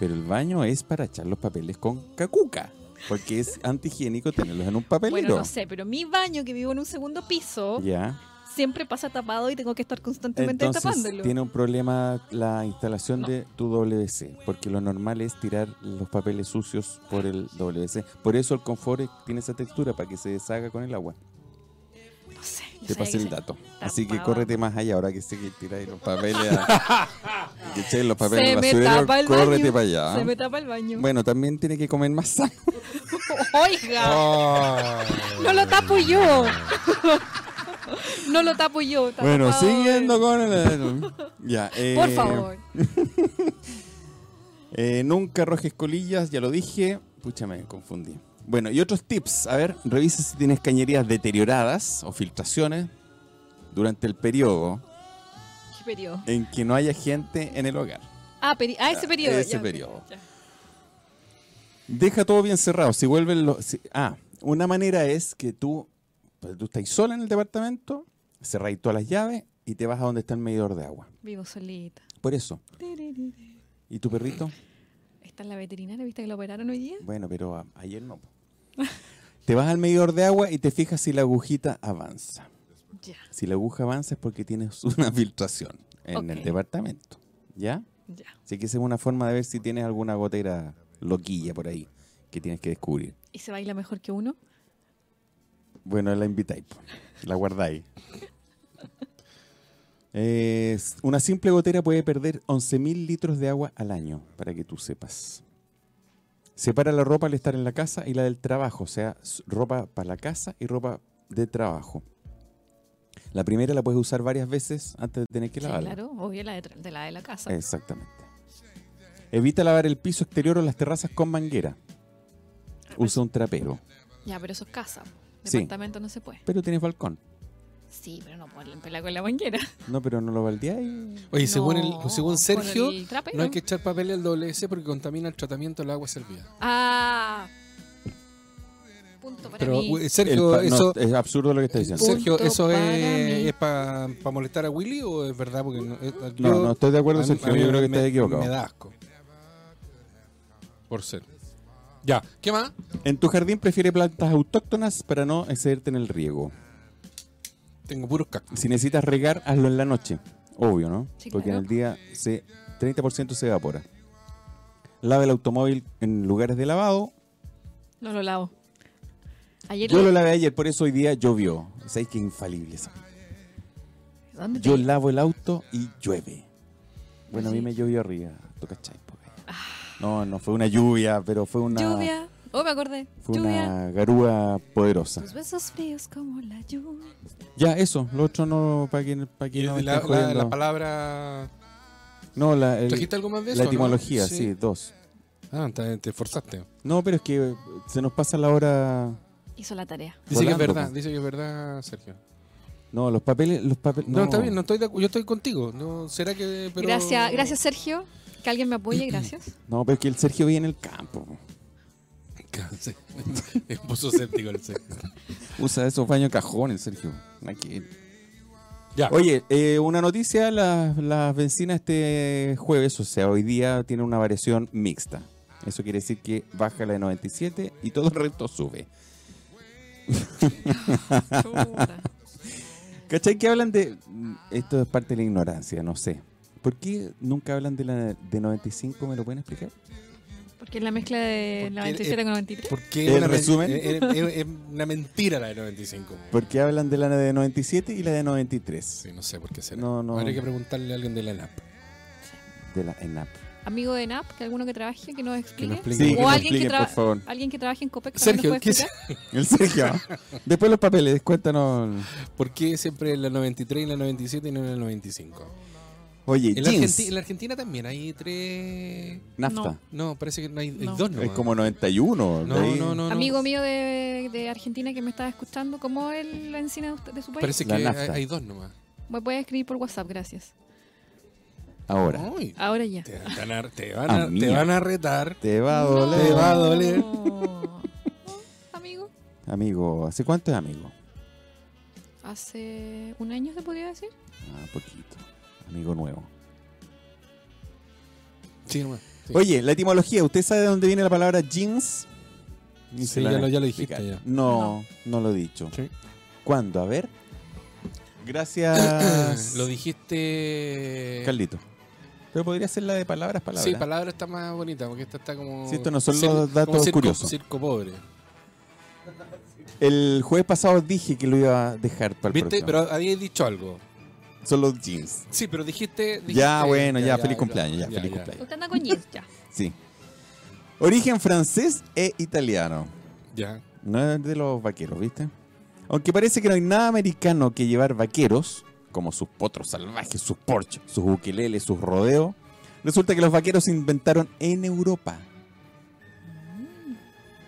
Pero el baño es para echar los papeles con cacuca, porque es antihigiénico tenerlos en un papelero.
Bueno, no sé, pero mi baño que vivo en un segundo piso
Ya.
siempre pasa tapado y tengo que estar constantemente
Entonces
tapándolo.
tiene un problema la instalación
No.
de tu WC, porque lo normal es tirar los papeles sucios por el WC. Por eso el confort es- tiene esa textura, para que se deshaga con el agua.
No sé, yo
Te
sabía
pasé
que
el
se-
dato. Así que
tapaba.
córrete más allá, ahora que sé que tiráis los papeles. a- que echáis los papeles
Se
al
me
basurero,
tapa el
córrete
baño.
para allá.
Se me tapa el baño.
Bueno, también tiene que comer más sano.
Oiga,
Ah.
Ay.
no lo tapo yo. no lo tapo yo. está
Bueno,
tapado de-
siguiendo con el... ya,
Por
eh,
favor.
Eh, nunca arrojes colillas, ya lo dije. Pucha, me confundí. Bueno, y otros tips. A ver, revisa si tienes cañerías deterioradas o filtraciones durante el periodo
¿Qué periodo?
en que no haya gente en el hogar.
Ah, peri- ah, ese
Ah,
periodo.
ese
ya,
periodo.
ya.
Deja todo bien cerrado. Si vuelven los... si- ah, una manera es que tú, pues, tú estás sola en el departamento, cerráis todas las llaves y te vas a donde está el medidor de agua.
Vivo solita.
Por eso. ¿Y tu perrito?
Está en la veterinaria, ¿viste que lo operaron hoy día?
Bueno, pero a- ayer no. po. Te vas al medidor de agua y te fijas si la agujita avanza.
Ya,
Si la aguja avanza es porque tienes una filtración en
Ok.
el departamento. ¿Ya?
ya.
Así que esa es una forma de ver si tienes alguna gotera loquilla por ahí que tienes que descubrir.
¿Y se baila mejor que uno?
Bueno, la invitáis, po. la guardáis. Es- una simple gotera puede perder 11.000 litros de agua al año, para que tú sepas. Separa la ropa al estar en la casa y la del trabajo, o sea, s- ropa para la casa y ropa de trabajo. La primera la puedes usar varias veces antes de tener que
Sí,
lavarla.
claro, obvio la de, tra- de la de la casa.
Eh.
Exactamente. Evita lavar el piso exterior o las terrazas con manguera. Usa un trapero,
Ya, pero eso es casa.
Sí.
Departamento no se puede.
pero tienes balcón.
Sí, pero no pueden pelar con la manguera.
No, pero no lo baldeáis.
Oye, según, el,
No,
según
con
Sergio,
el trape,
no hay que echar papel al WC porque contamina el tratamiento del agua servida.
Ah. Punto para
Pero
mí.
eh,
El
Sergio,
pa- no,
eso,
es absurdo lo que está diciendo.
Punto
Sergio, ¿eso
para
es,
mí.
para molestar a Willy o es verdad? Porque no, eh,
No,
yo-
no estoy de acuerdo,
a mí-
Sergio.
a mí
yo creo que
me-
estás equivocado.
Me da asco. Por ser. Ya, ¿qué más?
En tu jardín prefiere plantas autóctonas para no excederte en el riego.
Tengo puros cactus.
Si necesitas regar, hazlo en la noche. Obvio, ¿no?
Sí,
Porque en
claro.
el día se 30% se evapora. Lava el automóvil en lugares de lavado.
No lo lavo. Ayer
Yo
lo-
lo lavé ayer, por eso hoy día llovió. Sabéis que es infalible. esa weá.
¿Dónde te-
Yo lavo el auto y llueve. Bueno, a mí
Sí. Ah.
me llovió arriba. ¿Tú cachai? po, gallo? No, no fue una lluvia, pero fue una,
Lluvia. Oh, me acordé.
fue
Lluvia.
una garúa poderosa.
Tus besos fríos como la lluvia.
Ya, eso. Lo otro no, para que, pa' que
Y
no me
la,
estén
la-
jodiendo.
la palabra.
No, la, el-
¿Trajiste algo más de eso?
la
no?
etimología, sí. dos.
Ah, te, te forzaste.
No, pero es que eh, se nos pasa la hora.
Hizo la tarea.
Dice que es
Volando,
verdad,
po.
dice que es verdad, Sergio.
No, los papeles, los papeles.
No, está bien, no estoy de acu- yo estoy contigo. No, ¿Será que.? pero-
Gracias, gracias Sergio. Que alguien me apoye, gracias.
No, pero es que el Sergio vive en el campo.
Sí. Me puso escéptico el Sergio.
Usa esos baños cajones, Sergio. Aquí.
Ya.
Oye, eh, una noticia, las las bencinas este jueves, o sea, hoy día tiene una variación mixta. Eso quiere decir que baja la de 97 y todo el resto sube.
Chuta.
¿Cachai que hablan de... mm,
Ah.
Esto es parte de la ignorancia, no sé. ¿Por qué nunca hablan de la de 95? ¿Me lo pueden explicar?
Porque es la mezcla de
Porque,
97 con 93.
¿Por qué
¿El
es una men-
resumen?
eh, eh, eh, Es una mentira la de 95.
¿Por qué hablan de la de 97 y la de 93?
Sí, no sé por qué será.
No, no.
Habría que preguntarle a alguien de la NAP.
De la ENAP.
Amigo de NAP, que alguno que trabaje, que nos
Que nos
explique.
explique.
Sí, que
o
nos
alguien que,
expliquen, por
traba-
favor.
alguien que trabaje en COPEC. también
Sergio,
nos
¿qué
puede
se-
explicar.
El Sergio. Después los papeles, cuéntanos.
¿por qué siempre la 93 y la 97 y no la 95?
Oye,
En la,
jeans,
Argenti- en la Argentina también hay tres.
nafta.
No, parece que no hay, hay
No.
dos. nomás.
Es como 91.
No,
de ahí.
no, no, no.
Amigo mío de, de Argentina que me está escuchando, ¿cómo es la encina de, usted- de su país?
Parece que
La
hay,
nafta.
hay dos nomás.
Me puede escribir por WhatsApp, gracias.
Ahora,
Ay,
Ahora ya.
te, van a, te van
Ah,
a- te
mía.
van a retar.
te va a
No.
doler.
Te va a doler.
No, Amigo,
Amigo, ¿hace cuánto es amigo?
hace un año se podría decir.
Ah, poquito. Amigo nuevo.
Sí, nomás. Sí.
Oye, la etimología, ¿usted sabe de dónde viene la palabra jeans? Ni
Sí,
se la
ya
van a
lo- ya lo
explicar.
dijiste ya.
No, no, lo he dicho.
Sí.
¿Cuándo? A ver. Gracias.
Ah, Lo dijiste.
Carlito. Pero podría ser la de palabras, palabras.
Sí, palabra está más bonita porque esta está como.
Sí, esto no son
cir-
los datos
como circo-
curiosos.
Circo pobre.
El jueves pasado dije que lo iba a dejar para el
¿Viste?
próximo.
Pero habías dicho algo.
Son los jeans.
Sí, pero dijiste. dijiste-
Ya, bueno, ya, feliz cumpleaños, ya, feliz cumpleaños.
Usted anda con jeans, ya.
Sí. Origen francés e italiano.
Ya.
No es de los vaqueros, ¿viste? Aunque parece que no hay nada americano que llevar vaqueros, como sus potros salvajes, sus Porsche, sus ukeleles, sus rodeos. Resulta que los vaqueros se inventaron en Europa.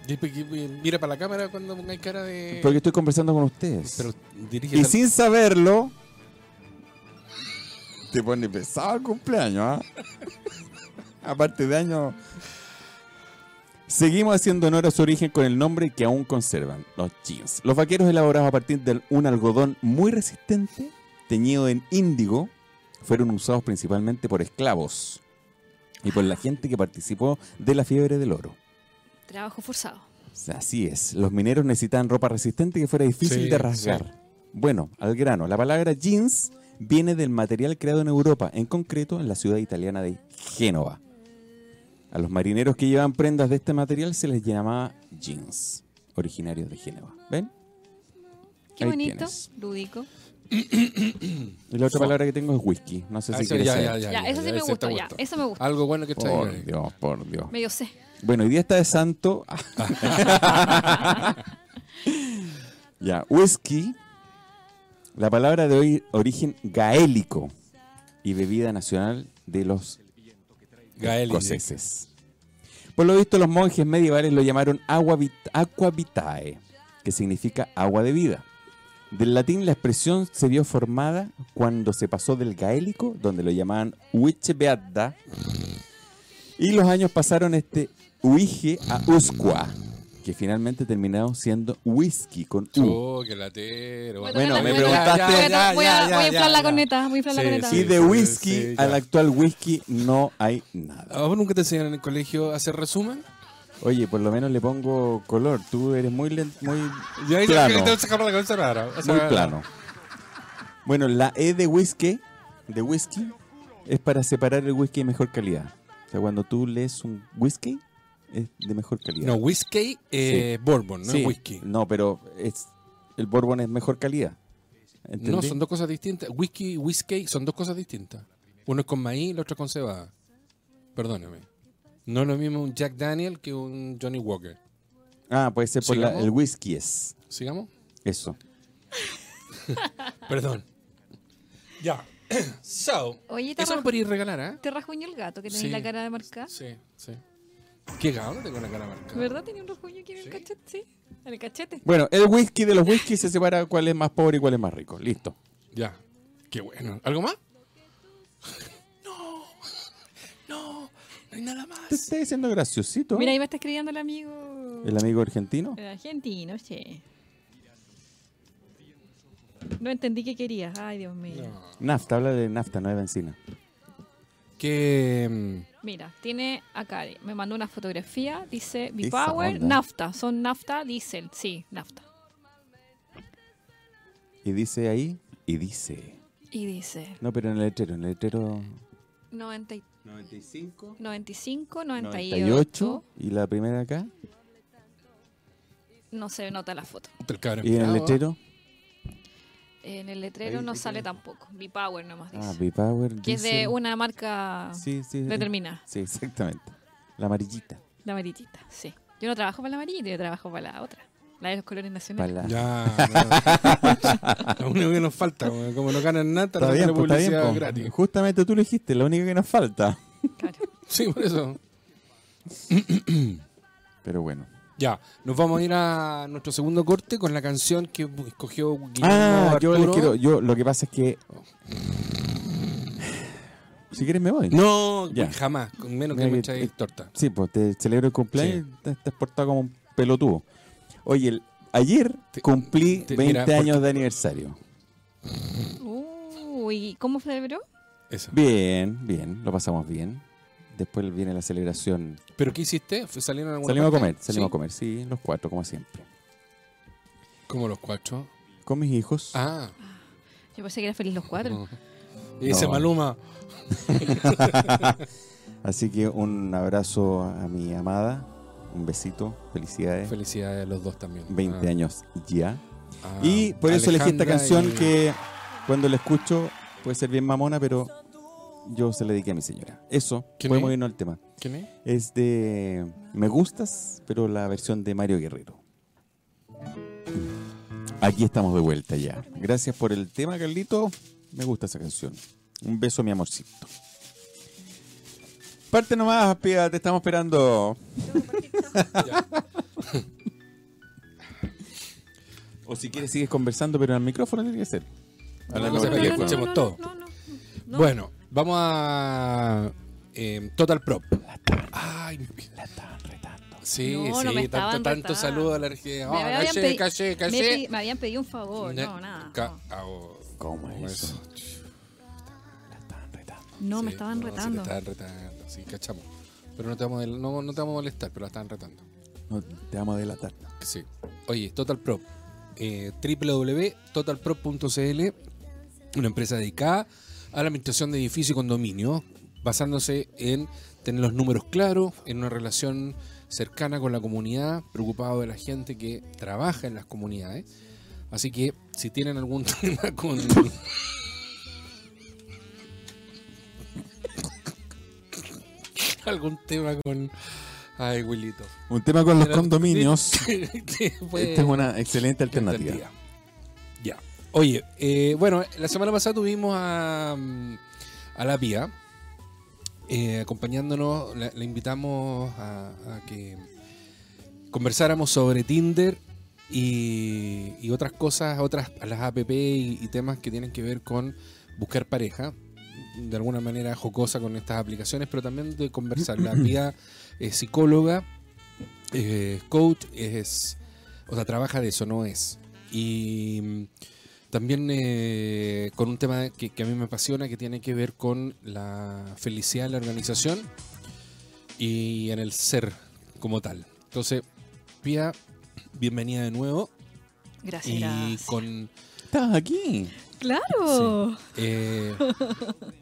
Y- y- y- Mira para la cámara cuando pongáis cara de.
Porque estoy conversando con ustedes.
Pero dirige Ah,
y
la-
sin saberlo. Te pone pesado el cumpleaños, ¿ah? Aparte de año. Seguimos haciendo honor a su origen con el nombre que aún conservan, los jeans. Los vaqueros elaborados a partir de un algodón muy resistente, teñido en índigo, fueron usados principalmente por esclavos y por la gente que participó de la fiebre del oro.
Trabajo forzado.
Pues Así es, los mineros necesitan ropa resistente que fuera difícil
Sí,
de rasgar. Bueno, al grano, la palabra jeans viene del material creado en Europa, en concreto en la ciudad italiana de Génova. A los marineros que llevan prendas de este material se les llamaba jeans, originarios de Génova. ¿Ven?
Qué
Ahí
bonito,
tienes.
lúdico.
Y la otra
Fua.
palabra que tengo es whisky, no sé
Oh. Ah,
si
eso-
quieres
ya,
saber.
ya,
Ya,
ya, ya,
eso sí
ya,
me
ese te
gustó, ya.
gustó.
Eso me gusta.
Algo bueno que eh.
Por
trae.
Dios, por Dios.
Medio sé.
Bueno, hoy día está de santo. ya, whisky. La palabra de hoy, origen gaélico y bebida nacional de los
Gael dice.
escoceses. Por lo visto, los monjes medievales lo llamaron agua vit- aqua vitae, que significa agua de vida. Del latín la expresión se vio formada cuando se pasó del gaélico, donde lo llamaban Beata, y los años pasaron este uige a usqua, que finalmente terminado siendo whisky con u.
Oh, qué latero.
Voy a
Bueno,
tocar
me
la
preguntaste-
corneta. Voy a to- voy a-
Ya, ya,
voy a inflar la
ya,
corneta, voy a inflar la
Sí,
corneta.
sí.
Y de whisky
sí, ya.
al actual whisky no hay nada.
¿A vos nunca te enseñaron en el colegio a hacer resumen?
Oye, por lo menos le pongo color. Tú eres muy lento, muy
Y ahí
Plano.
te vas a sacar la cabeza rara. O sea,
Muy plano. Bueno, la E de whisky, de whisky, es para separar el whisky de mejor calidad. O sea, cuando tú lees un whisky, es de mejor calidad.
No, whisky, eh, bourbon, no
Sí,
es whisky.
No, pero es, el bourbon es mejor calidad. ¿Entendí?
No, son dos cosas distintas. Whisky y whisky son dos cosas distintas. Uno es con maíz, el otro es con cebada. Perdóname. No es lo mismo un Jack Daniel que un Johnny Walker.
Ah, puede ser por la-
¿Sigamos?
el whisky es.
¿Sigamos?
Eso.
Perdón. Ya. So,
Oye, te,
eso me
raj-
podéis regalar, ¿ah?
te rasguñó el gato que tenés
Sí.
la cara de marcada.
Sí, sí. Qué gado tengo la cara marcada.
¿Verdad? Tenía un rasguño aquí en el
Sí.
cachete, sí. En el cachete.
Bueno, el whisky de los whisky se separa cuál es más pobre y cuál es más rico. Listo.
Ya. Qué bueno. ¿Algo más? No. No. No hay nada
Te
más.
está diciendo graciosito.
Mira, ahí me está escribiendo el amigo.
El amigo argentino.
El argentino, che. No entendí qué querías. Ay, Dios mío.
Nafta, habla de nafta, no de benzina.
Que... mm,
Mira, tiene acá, me mandó una fotografía, dice
Esa
B-Power,
onda.
nafta, son nafta, diésel, sí, nafta.
Y dice ahí, y dice.
Y dice
No, pero en el letrero, en el letrero.
90 y-
95,
95, 98,
98. Y la primera acá.
no se nota la foto.
El cabrón
Y en el
empleado.
letrero.
En el letrero
Ahí
no
sí
sale
tiene.
tampoco, B-Power nomás dice.
Ah, B-Power.
que es de
diésel.
una marca
Sí, sí.
determinada,
Sí, exactamente. La amarillita.
la amarillita, sí. Yo no trabajo para la amarillita, yo trabajo para la otra, la de los colores
Para
nacionales.
la-
Ya, no. lo único que nos falta, güey, como no ganan nada,
Está
nos
bien,
dan
pues, está bien,
publicidad
pues.
gratis.
Justamente tú lo dijiste, la única que nos falta.
Claro.
Sí, por eso.
Pero bueno.
Ya, nos vamos a ir a nuestro segundo corte con la canción que escogió Guillermo
Ah, yo les
Arturo.
quiero. Yo, lo que pasa es que. Si quieres, me voy.
No,
Ya.
güey, jamás, con menos que
Mira
me
que-
echáis torta.
Sí, pues te celebro el cumpleaños y te te has portado como un pelotudo. Oye, el- ayer
Te-
cumplí
te-
20
mira, por-
años de aniversario.
Uy, ¿cómo celebró?
Eso.
Bien, bien, lo pasamos bien. Después viene la celebración.
¿Pero qué hiciste? ¿Fue- ¿Salieron a alguna
Salimos a
parte?
comer,
¿Sí?
salimos a comer, sí, los cuatro, como siempre.
Como los cuatro.
Con mis hijos.
Ah.
Yo pensé que era feliz los cuatro.
no. Y dice
No.
Maluma.
Así que un abrazo a mi amada, un besito, felicidades.
Felicidades a los dos también.
20
Ah,
años ya.
ah,
Y por eso elegí esta
Alejandra
canción
y-
que cuando la escucho puede ser bien mamona, pero yo se la dediqué a mi señora. Eso,
¿Quién
podemos
es?
irnos al tema.
¿Quién es?
Es de Me Gustas, pero la versión de Mario Guerrero. Mm. Aquí estamos de vuelta ya. Gracias por el tema, Carlito. Me gusta esa canción. Un beso, mi amorcito. Parte nomás, Pia, te estamos esperando. o si quieres sigues conversando, pero al micrófono tiene que ser. Hablando
No, no,
por
no,
teléfono.
no, no. escuchemos todo.
no, no, no.
Bueno, vamos a eh, Total Prop. Ay, mi vida.
La estaban retando.
sí,
No, no
sí,
me
tanto,
estaban
tanto
retando.
saludo a la Argentina. Ah,
Me habían
calle,
pedi-
calle,
Me, pi-
calle,
me habían pedido un favor, no,
Ne-
nada.
ca-
no.
ah, oh,
¿Cómo
¿cómo
es
es
eso?
eso?
La estaban retando.
No, me
Sí,
estaban
no, sí, te
retando.
estaban retando, sí, cachamos. Pero no te vamos a, no, no te vamos a molestar, pero la estaban retando.
No, te vamos a delatar.
Sí. Oye, Total Prop. Eh, www.totalprop.cl, una empresa dedicada a la administración de edificios y condominios, basándose en tener los números claros, en una relación cercana con la comunidad, preocupado de la gente que trabaja en las comunidades. Así que si tienen algún tema con... algún tema con... Ay, Wilito.
Un tema con los
Pero-
condominios.
Este fue-
Esta es una excelente alternativa.
alternativa. Ya. Oye, eh, bueno, la semana pasada tuvimos a, mm, a la Pía eh, acompañándonos, la- le invitamos a, a que conversáramos sobre Tinder y, y otras cosas, otras las app y, y temas que tienen que ver con buscar pareja, de alguna manera jocosa con estas aplicaciones, pero también de conversar. La tía es psicóloga, es coach, es, o sea, trabaja de eso, no es. Y mm, también eh, con un tema que, que a mí me apasiona, que tiene que ver con la felicidad en la organización y en el ser como tal. Entonces, Pía, bienvenida de nuevo.
Gracias.
Y
gracias. Oh.
con.
Estás aquí.
Claro.
eh,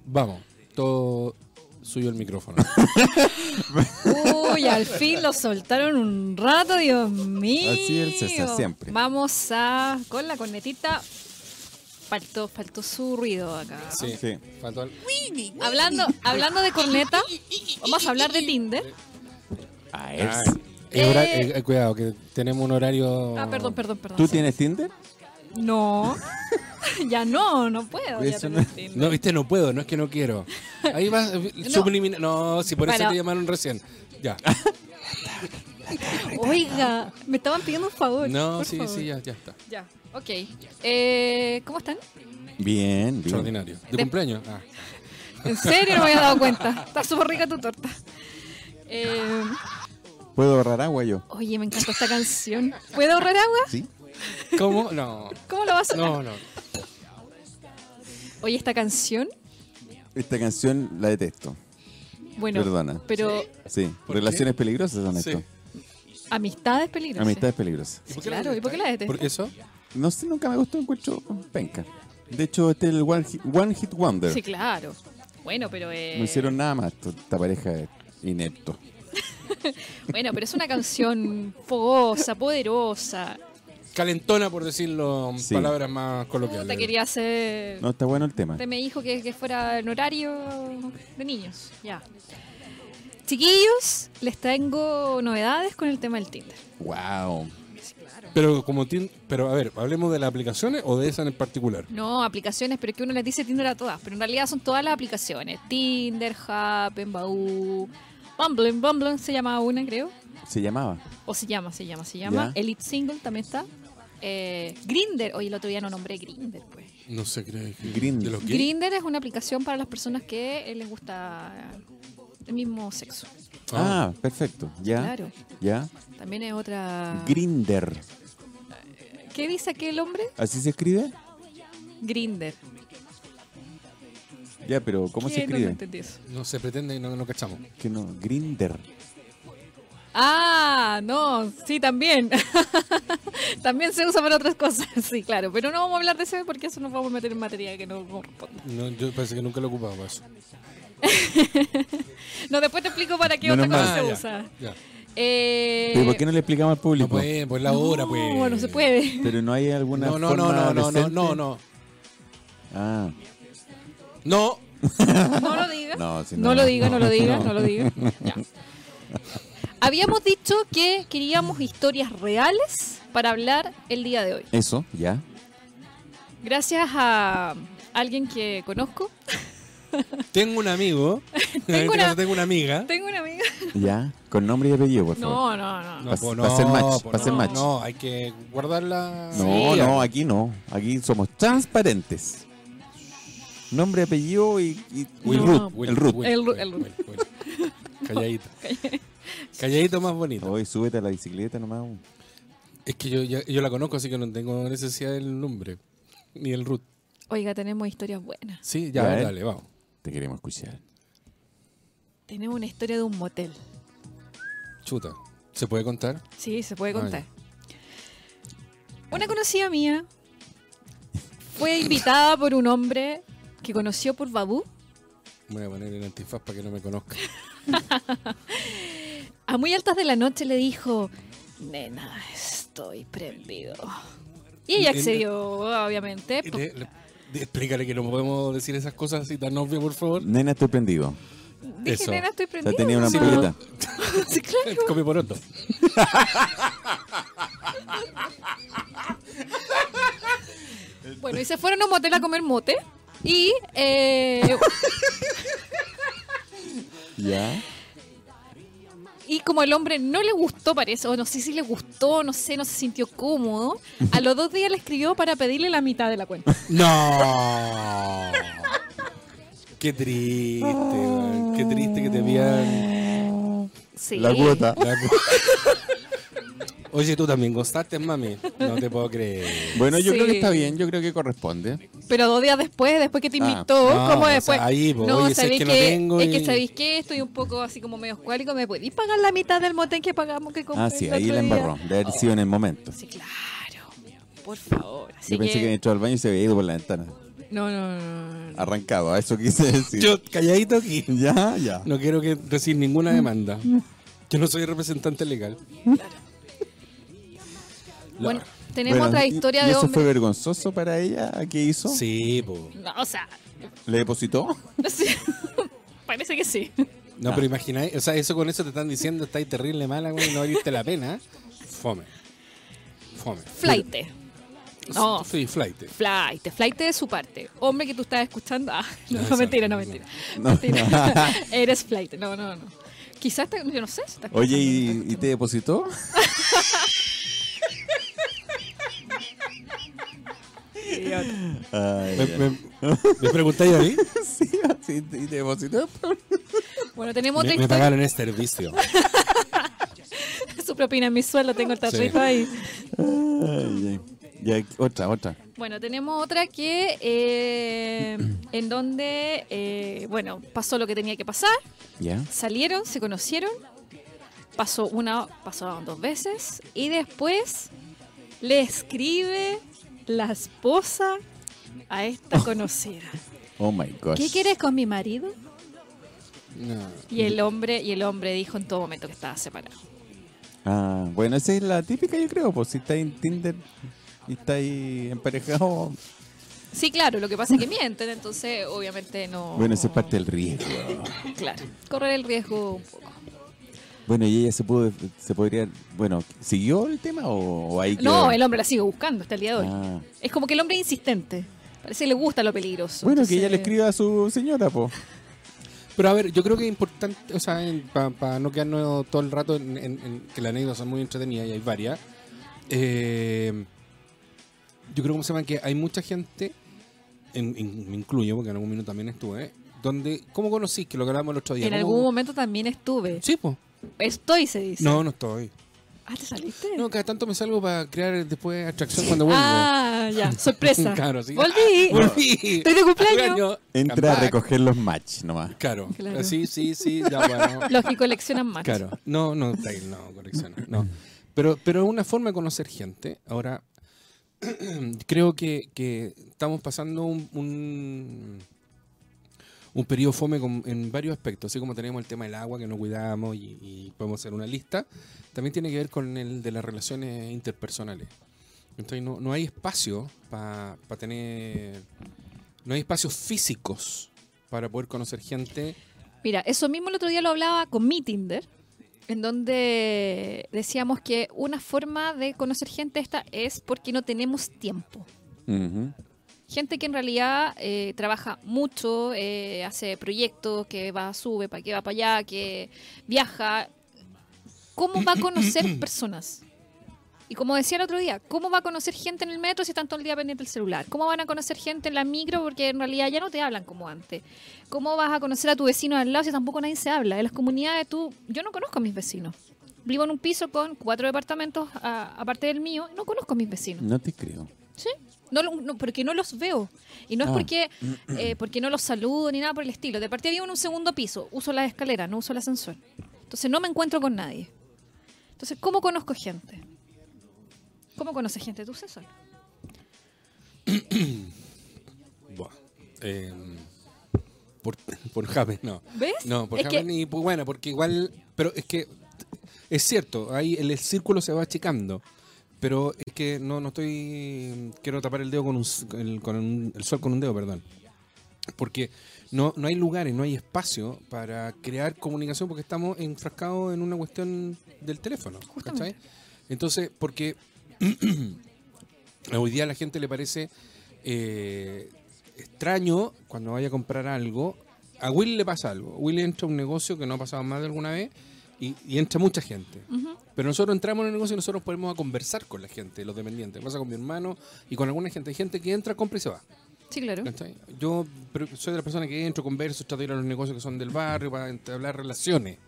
vamos, todo suyo el micrófono.
Uy, al fin lo soltaron un rato, Dios mío.
Así el César, siempre.
Vamos a. Con la cornetita. Faltó, faltó su ruido acá.
Sí.
Sí.
Faltó al-
Hablando, hablando de corneta, vamos a hablar de Tinder.
Ah,
Ah,
es.
es hora-
Eh.
eh, eh, cuidado, que tenemos un horario.
Ah, perdón, perdón, perdón.
¿Tú
sí.
tienes Tinder?
No. ya no, no puedo. Ya
Eso
tengo
no-
Tinder.
No, viste, no puedo, no es que no quiero. Ahí va, eh, subliminal. No, si por eso
Bueno.
te llamaron recién. Ya.
Oiga, me estaban pidiendo un favor.
No,
por
sí,
favor.
sí, ya, ya está.
Ya, ok. Eh, ¿Cómo están?
Bien, bien.
Extraordinario. ¿De
De-
cumpleaños? Ah.
En serio no me había dado cuenta. Está súper rica tu torta. Eh,
¿Puedo ahorrar agua yo?
Oye, me encantó esta canción. ¿Puedo ahorrar agua?
¿Sí?
¿Cómo? No.
¿Cómo lo vas a
No, no.
Oye, esta canción,
Esta canción la detesto.
bueno,
Perdona.
pero
Sí.
¿Por
Relaciones peligrosas son
Sí.
esto.
amistad es peligrosa.
Amistades peligrosas.
¿Y por qué la
Claro, ¿y por qué la detestas?
¿Por eso?
No sé, nunca me gustó, encuentro penca. De hecho, este es el One Hit, one hit Wonder.
Sí, claro. Bueno, pero eh,
No hicieron nada más to- esta pareja de inepto.
bueno, pero es una canción fogosa, poderosa.
Calentona, por decirlo en
Sí.
palabras más coloquiales.
Te quería hacer.
No, está bueno el tema.
Usted me dijo que, que fuera en horario de niños. Ya. Chiquillos, les traigo novedades con el tema del Tinder.
Wow.
Pero como tin- pero a ver, hablemos de las aplicaciones o de esa en particular.
No, aplicaciones, pero es que uno les dice Tinder a todas, pero en realidad son todas las aplicaciones. Tinder, Happen, Badu, Bumbling, Bumbling se llamaba una, creo.
Se llamaba.
O se llama, se llama, se llama.
Ya.
Elite Single también está. Eh, Grinder, oye, el otro día no nombré Grinder, pues.
No se cree que
Grindr.
de los gays.
Grinder es una aplicación para las personas que eh, les gusta eh, el mismo sexo.
Ah,
Ah, perfecto. Ya.
Claro.
Ya.
También es otra.
Grinder.
¿Qué dice aquí el hombre?
¿Así se escribe?
Grinder.
Ya, pero ¿cómo se
No, no
escribe?
entendí eso.
no se pretende y no, no cachamos.
que no, Grinder.
Ah, no, sí, también. también se usa para otras cosas, sí, claro. Pero no vamos a hablar de eso porque eso nos vamos a meter en materia que no corresponde.
No, yo pensé que nunca lo ocupaba para eso.
No, después te explico para qué
Menos
otra cosa
mal.
se
ya,
usa.
ya.
Eh,
¿Pero por qué no le explicamos al
No
público?
puede, pues la hora, pues.
No, no se puede.
Pero no hay alguna
No, no,
forma
no, no, no, no,
decente?
no, no.
Ah,
No,
No lo diga. No,
no, si
lo diga, no lo diga, no lo diga. Ya. Habíamos dicho que queríamos historias reales para hablar el día de hoy.
Eso, ya.
Gracias a alguien que conozco.
tengo un amigo. en este
una-
caso tengo una amiga.
Tengo una amiga.
Ya. Con nombre y apellido, por favor.
No, no, no.
Pa-
pues,
pa' hacer match,
pues,
pa' hacer
no,
match.
No, hay que guardarla.
No,
Sí.
no, aquí no. Aquí somos transparentes. Nombre, apellido y, y, y
No,
root,
no. pues.
el root.
El root, el root.
Calladito. Calladito más bonito.
Hoy súbete a la bicicleta nomás.
Es que yo, ya- yo la conozco, así que no tengo necesidad del nombre. Ni el root.
Oiga, tenemos historias buenas.
Sí, ya,
Ya, eh.
dale, vamos.
Te queremos escuchar.
Tenemos una historia de un motel.
Chuta. ¿Se puede contar?
Sí, se puede
Ah,
contar. Una conocida mía fue invitada por un hombre que conoció por Babu
Me voy a poner el antifaz para que no me conozca.
A muy altas de la noche le dijo, nena, estoy prendido. Y ella accedió, obviamente. po-
Le- le- de- explícale que no podemos decir esas cosas así tan obvias, por favor.
Nena, estoy prendido.
Dije,
eso.
nena, estoy
O sea,
prendido.
tenía una
Sí,
ampolleta.
sí, claro.
Come poroto.
Bueno, y se fueron a un motel a comer mote. Y eh,
Ya.
Y como el hombre no le gustó, parece, o no sé si le gustó, no sé, no se sintió cómodo, a los dos días le escribió para pedirle la mitad de la cuenta.
No. Qué triste, weón. Qué triste que te pidan.
Sí.
La cuota.
la cu- Oye, tú también gostaste, mami. No te puedo creer.
Bueno, yo creo que
Sí.
está bien, yo creo que corresponde.
Pero dos días después, después que te
Ah,
invitó,
no,
¿cómo
o sea,
después?
ahí,
pues,
po,
no,
oye, si es
sabéis
que
que,
no tengo
es
y-
que sabéis que estoy un poco así como medio escuálico, ¿me podéis pagar la mitad del motel que pagamos que compré
Ah, sí,
el
ahí
otro
la
día?
embarró, de haber sido en el momento.
Sí, claro. Por favor. Así
Yo pensé que había entrado al baño y se había ido por la ventana.
No, no, no, no.
Arrancado, a eso quise decir.
Yo calladito aquí.
Ya, ya.
No quiero que decir ninguna demanda. Yo no soy representante legal.
Bueno,
Lord.
tenemos
Bueno,
otra
y-
historia
y
de
eso fue
hombre.
vergonzoso para ella? ¿Qué hizo?
Sí, po.
No, o sea,
¿Le depositó?
no sé. parece que sí.
No, pero imagináis, o sea, eso con eso te están diciendo, estáis terrible mala, güey, no valiste la pena. Fome. Fome.
Flight. Oh. No.
Sí, flight.
Flight. Flight de su parte. Hombre que tú estás escuchando. Ah, no,
No,
no,
eso-
mentira, no,
no.
mentira.
No.
Mentira. Eres flight. No, no, no. Quizás, te- yo no sé. si estás
Oye,
escuchando,
¿y, y te depositó?
idiota.
Ay,
¿Me,
ya.
me, me preguntáis a mí?
Sí, sí, y te depositó.
Bueno, tenemos otra
Me, me
historia.
pagaron este servicio.
Su propina en mi sueldo, tengo el tatuito ahí.
Ay, ya. Ya, otra, otra.
Bueno, tenemos otra que eh, en donde, eh, bueno, pasó lo que tenía que pasar,
¿Ya?
salieron, se conocieron, pasó una, pasaron dos veces y después le escribe la esposa a esta conocida.
Oh my gosh.
¿Qué quieres con mi marido?
No.
Y el hombre y el hombre dijo en todo momento que estaba separado.
Ah, bueno, esa es la típica, yo creo, pues si está en Tinder y está ahí emparejado.
Sí, claro, lo que pasa es que mienten, entonces obviamente no.
Bueno, esa es parte del riesgo.
Claro, correr el riesgo un poco.
Bueno, y ella se pudo, se podría, bueno, ¿siguió el tema o, o ahí
No,
quedó?
el hombre la sigue buscando hasta el día de hoy.
Ah.
Es como que el hombre es insistente. Parece que le gusta lo peligroso.
Bueno, que ella le
entonces-
escriba a su señora, pues. po.
Pero a ver, yo creo que es importante, o sea, para no quedarnos todo el rato en, en- en que las anécdotas son muy entretenidas y hay varias. eh, yo creo, ¿cómo se llama? Que hay mucha gente, en- en- me incluyo porque en algún minuto también estuve, donde, ¿cómo conocí? Que lo que hablábamos el otro día.
En
¿cómo-
algún momento también estuve.
Sí, pues.
Estoy, se dice.
No, no estoy.
Ah, ¿te saliste?
No, cada tanto me salgo para crear después atracción cuando vuelvo.
ah, ya. Sorpresa.
Claro, sí.
Volví.
Volví.
Estoy de cumpleaños.
Entra a
Come back.
recoger los match nomás.
Claro.
Claro.
Sí, sí, sí, ya bueno.
Los que coleccionan más.
Claro. No, no, está ahí, no, colecciona. No. Pero, pero es una forma de conocer gente. Ahora, creo que, que estamos pasando un, un, un periodo fome con- en varios aspectos. Así como tenemos el tema del agua que no cuidamos y, y podemos hacer una lista, también tiene que ver con el de las relaciones interpersonales. Entonces, no, no hay espacio para tener. No hay espacios físicos para poder conocer gente.
Mira, eso mismo el otro día lo hablaba con mi Tinder, en donde decíamos que una forma de conocer gente esta es porque no tenemos tiempo.
Ujú.
Gente que en realidad eh, trabaja mucho, eh, hace proyectos, que va, sube, para que va para allá, que viaja. ¿Cómo va a conocer personas? Y como decía el otro día, ¿cómo va a conocer gente en el metro si están todo el día pendiente del celular? ¿Cómo van a conocer gente en la micro porque en realidad ya no te hablan como antes? ¿Cómo vas a conocer a tu vecino de al lado si tampoco nadie se habla? En las comunidades tú, yo no conozco a mis vecinos. Vivo en un piso con cuatro departamentos a- aparte del mío, no conozco a mis vecinos.
No te creo.
Sí, no, lo- no, porque no los veo. Y no es
Ah.
porque, eh, porque no los saludo ni nada por el estilo. De partida vivo en un segundo piso, uso la escalera, no uso el ascensor. Entonces no me encuentro con nadie. Entonces, ¿cómo conozco gente? ¿Cómo conoces gente tú, César?
Buah. Em, por, por James, no.
¿Ves?
No, por
Es
James
que-
y pues, bueno, porque igual. Pero es que. Es cierto, ahí el, el círculo se va achicando. Pero es que no, no estoy. Quiero tapar el dedo con un, s- con el, con un- el sol con un dedo, perdón. Porque no, no hay lugares, no hay espacio para crear comunicación porque estamos enfrascados en una cuestión del teléfono. ¿cachai?
Justamente.
Entonces, porque hoy día a la gente le parece eh, extraño cuando vaya a comprar algo. A Will le pasa algo. Will entra a un negocio que no ha pasado más de alguna vez y, y entra mucha gente.
Ujú.
Pero nosotros entramos en el negocio y nosotros podemos a conversar con la gente, los dependientes. Me pasa con mi hermano y con alguna gente. Hay gente que entra, compra y se va.
Sí, claro.
¿cachai? Yo pero soy de la persona que entro, converso, trato de ir a los negocios que son del barrio para entablar relaciones.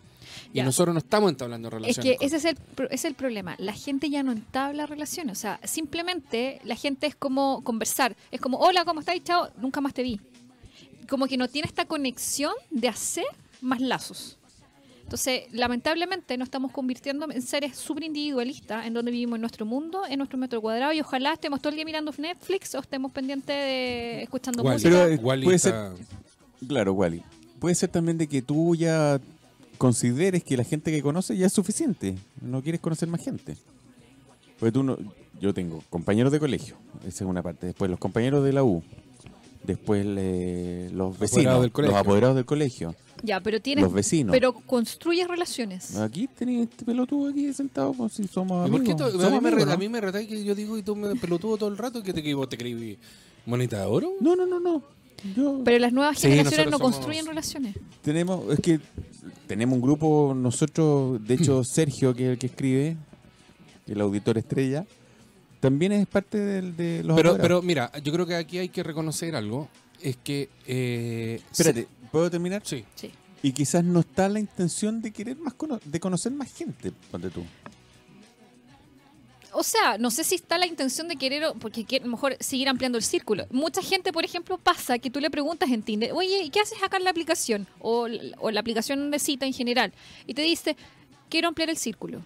Y
Ya.
nosotros no estamos entablando
Es
relaciones.
que
con-
ese es el, pro- es el problema. La gente ya no entabla relaciones. O sea, simplemente la gente es como conversar. Es como, hola, ¿cómo estás? Chao, nunca más te vi. Como que no tiene esta conexión de hacer más lazos. Entonces, lamentablemente, nos estamos convirtiendo en seres súper individualistas, en donde vivimos en nuestro mundo, en nuestro metro cuadrado, y ojalá estemos todo el día mirando Netflix o estemos pendientes de escuchando
Wall-E.
música.
Pero, eh,
Wall-E
puede
está-
Claro, Wally. Puede ser también de que tú ya consideres que la gente que conoces ya es suficiente. No quieres conocer más gente. Porque tú no, yo tengo compañeros de colegio, esa es una parte. Después los compañeros de la U. Después eh, los vecinos,
Apoderados del colegio.
los apoderados del colegio,
ya, pero tienes.
los vecinos.
Pero construyes relaciones.
Ah.
Aquí tenés este pelotudo aquí sentado, pues si somos
¿Y
amigos.
por qué to-
somos
a, mí me
amigos,
re-
¿no?
a mí me retáis que yo digo y tú me pelotudo todo el rato que te equivo- te escribí monita de oro?
No, no, no, no. Yo...
Pero las nuevas
Sí,
generaciones
nosotros
no
somos-
construyen relaciones.
Tenemos, es que tenemos un grupo, nosotros, de hecho, Sergio, que es el que escribe, el auditor estrella, también es parte del, de los
Pero,
apoderados.
pero mira, yo creo que aquí hay que reconocer algo. Es que. eh,
Espérate, ¿puedo terminar?
Sí.
Sí.
Y quizás no está la intención de querer más cono- de conocer más gente, ponte tú.
O sea, no sé si está la intención de querer, o- porque quiere- a lo mejor seguir ampliando el círculo. Mucha gente, por ejemplo, pasa que tú le preguntas en Tinder, oye, ¿y qué haces acá en la aplicación? O, l- o la aplicación de cita en general. Y te dice, quiero ampliar el círculo.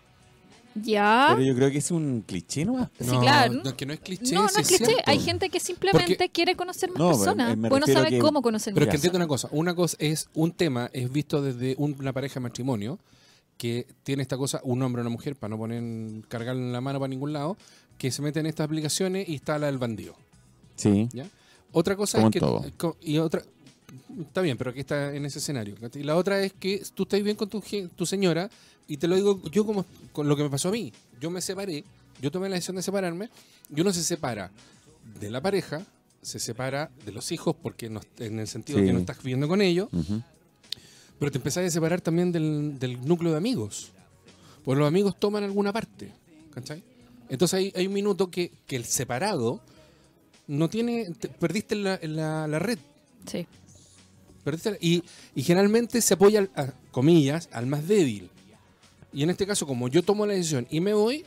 ¿Ah?
Ya.
Pero yo creo que es un cliché nomás.
Sí, claro.
no, que no es cliché.
no, no
sí
es cliché.
cierto.
Hay gente que simplemente
Porque-
quiere conocer más
No, me-
personas.
me
Bueno,
refiero
sabe
que-
como conocer
Pero es
más
que
personas.
entiendo una cosa. Una cosa es. Un tema es visto desde un- una pareja de matrimonio que tiene esta cosa, un hombre o una mujer, para no poner cargar en la mano para ningún lado, que se mete en estas aplicaciones y está la del bandido.
Sí.
¿Ya? Otra cosa
Como
es que.
en todo.
co- Y otra. Está bien, pero aquí está en ese escenario. ¿cachai? Y la otra es que tú estás bien con tu, gen- tu señora, y te lo digo yo como con lo que me pasó a mí. Yo me separé, yo tomé la decisión de separarme, y uno se separa de la pareja, se separa de los hijos, porque no, en el sentido
Sí.
que no estás viviendo con ellos,
Ujú.
pero te empezás a separar también del, del núcleo de amigos. Pues los amigos toman alguna parte. ¿Cachai? Entonces hay, hay un minuto que, que el separado no tiene. te- perdiste la, la- la red.
Sí.
Perdiste la- y, y generalmente se apoya, al- a, comillas, al más débil. Y en este caso, como yo tomo la decisión y me voy,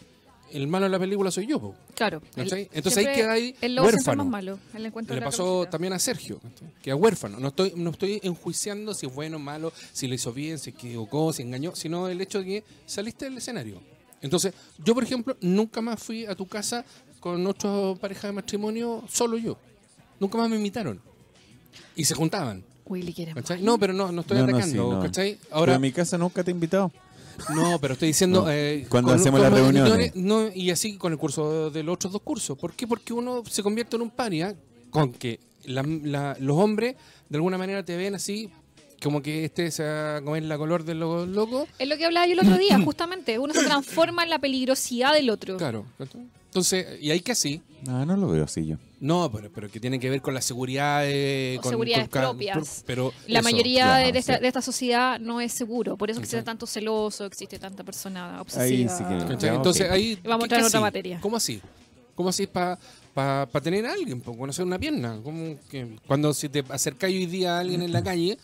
el malo de la película soy yo. po.
Claro.
¿Cachai? Entonces ahí
siempre-
queda ahí
El lobo siempre es
huérfano.
más malo. El encuentro
Le
de la
pasó
cabecita.
también a Sergio, que a huérfano. No estoy, no estoy enjuiciando si es bueno o malo, si lo hizo bien, si equivocó, si engañó, sino el hecho de que saliste del escenario. Entonces, yo, por ejemplo, nunca más fui a tu casa con otra pareja de matrimonio, solo yo. Nunca más me invitaron. Y se juntaban.
Willy, ¿quieres más?
¿cachai? No, pero no, no estoy
No, no,
atacando,
sí, no.
¿cachai?
Pero
Ahora,
a mi casa nunca te he invitado.
no, pero estoy diciendo.
No.
eh,
Cuando hacemos las
los
reuniones.
auditores, No, y así con el curso de los otros dos cursos. ¿Por qué? Porque uno se convierte en un paria con que la- la- los hombres de alguna manera te ven así, como que este se va a comer la color de los locos.
Es lo que hablaba yo el otro día, justamente. Uno se transforma en la peligrosidad del otro.
Claro. ¿cachai? Entonces, y hay que así.
No, no lo veo así yo.
No, pero, pero que tiene que ver con la seguridad. eh,
O
con,
seguridades
con ca-
propias.
Pero
La
eso,
mayoría
claro,
de, de esta,
sí.
de esta sociedad no es seguro. Por eso existe
Exacto.
tanto celoso, existe tanta persona
Ahí
obsesiva.
sí que no.
¿Cachai?
Ya,
Entonces
ok.
ahí.
Vamos a
¿qué-
entrar
qué
en otra
sí?
materia.
¿Cómo así? ¿Cómo así para tener a alguien? ¿Para conocer una pierna? ¿Cómo que- cuando si te acercáis hoy día a alguien en la calle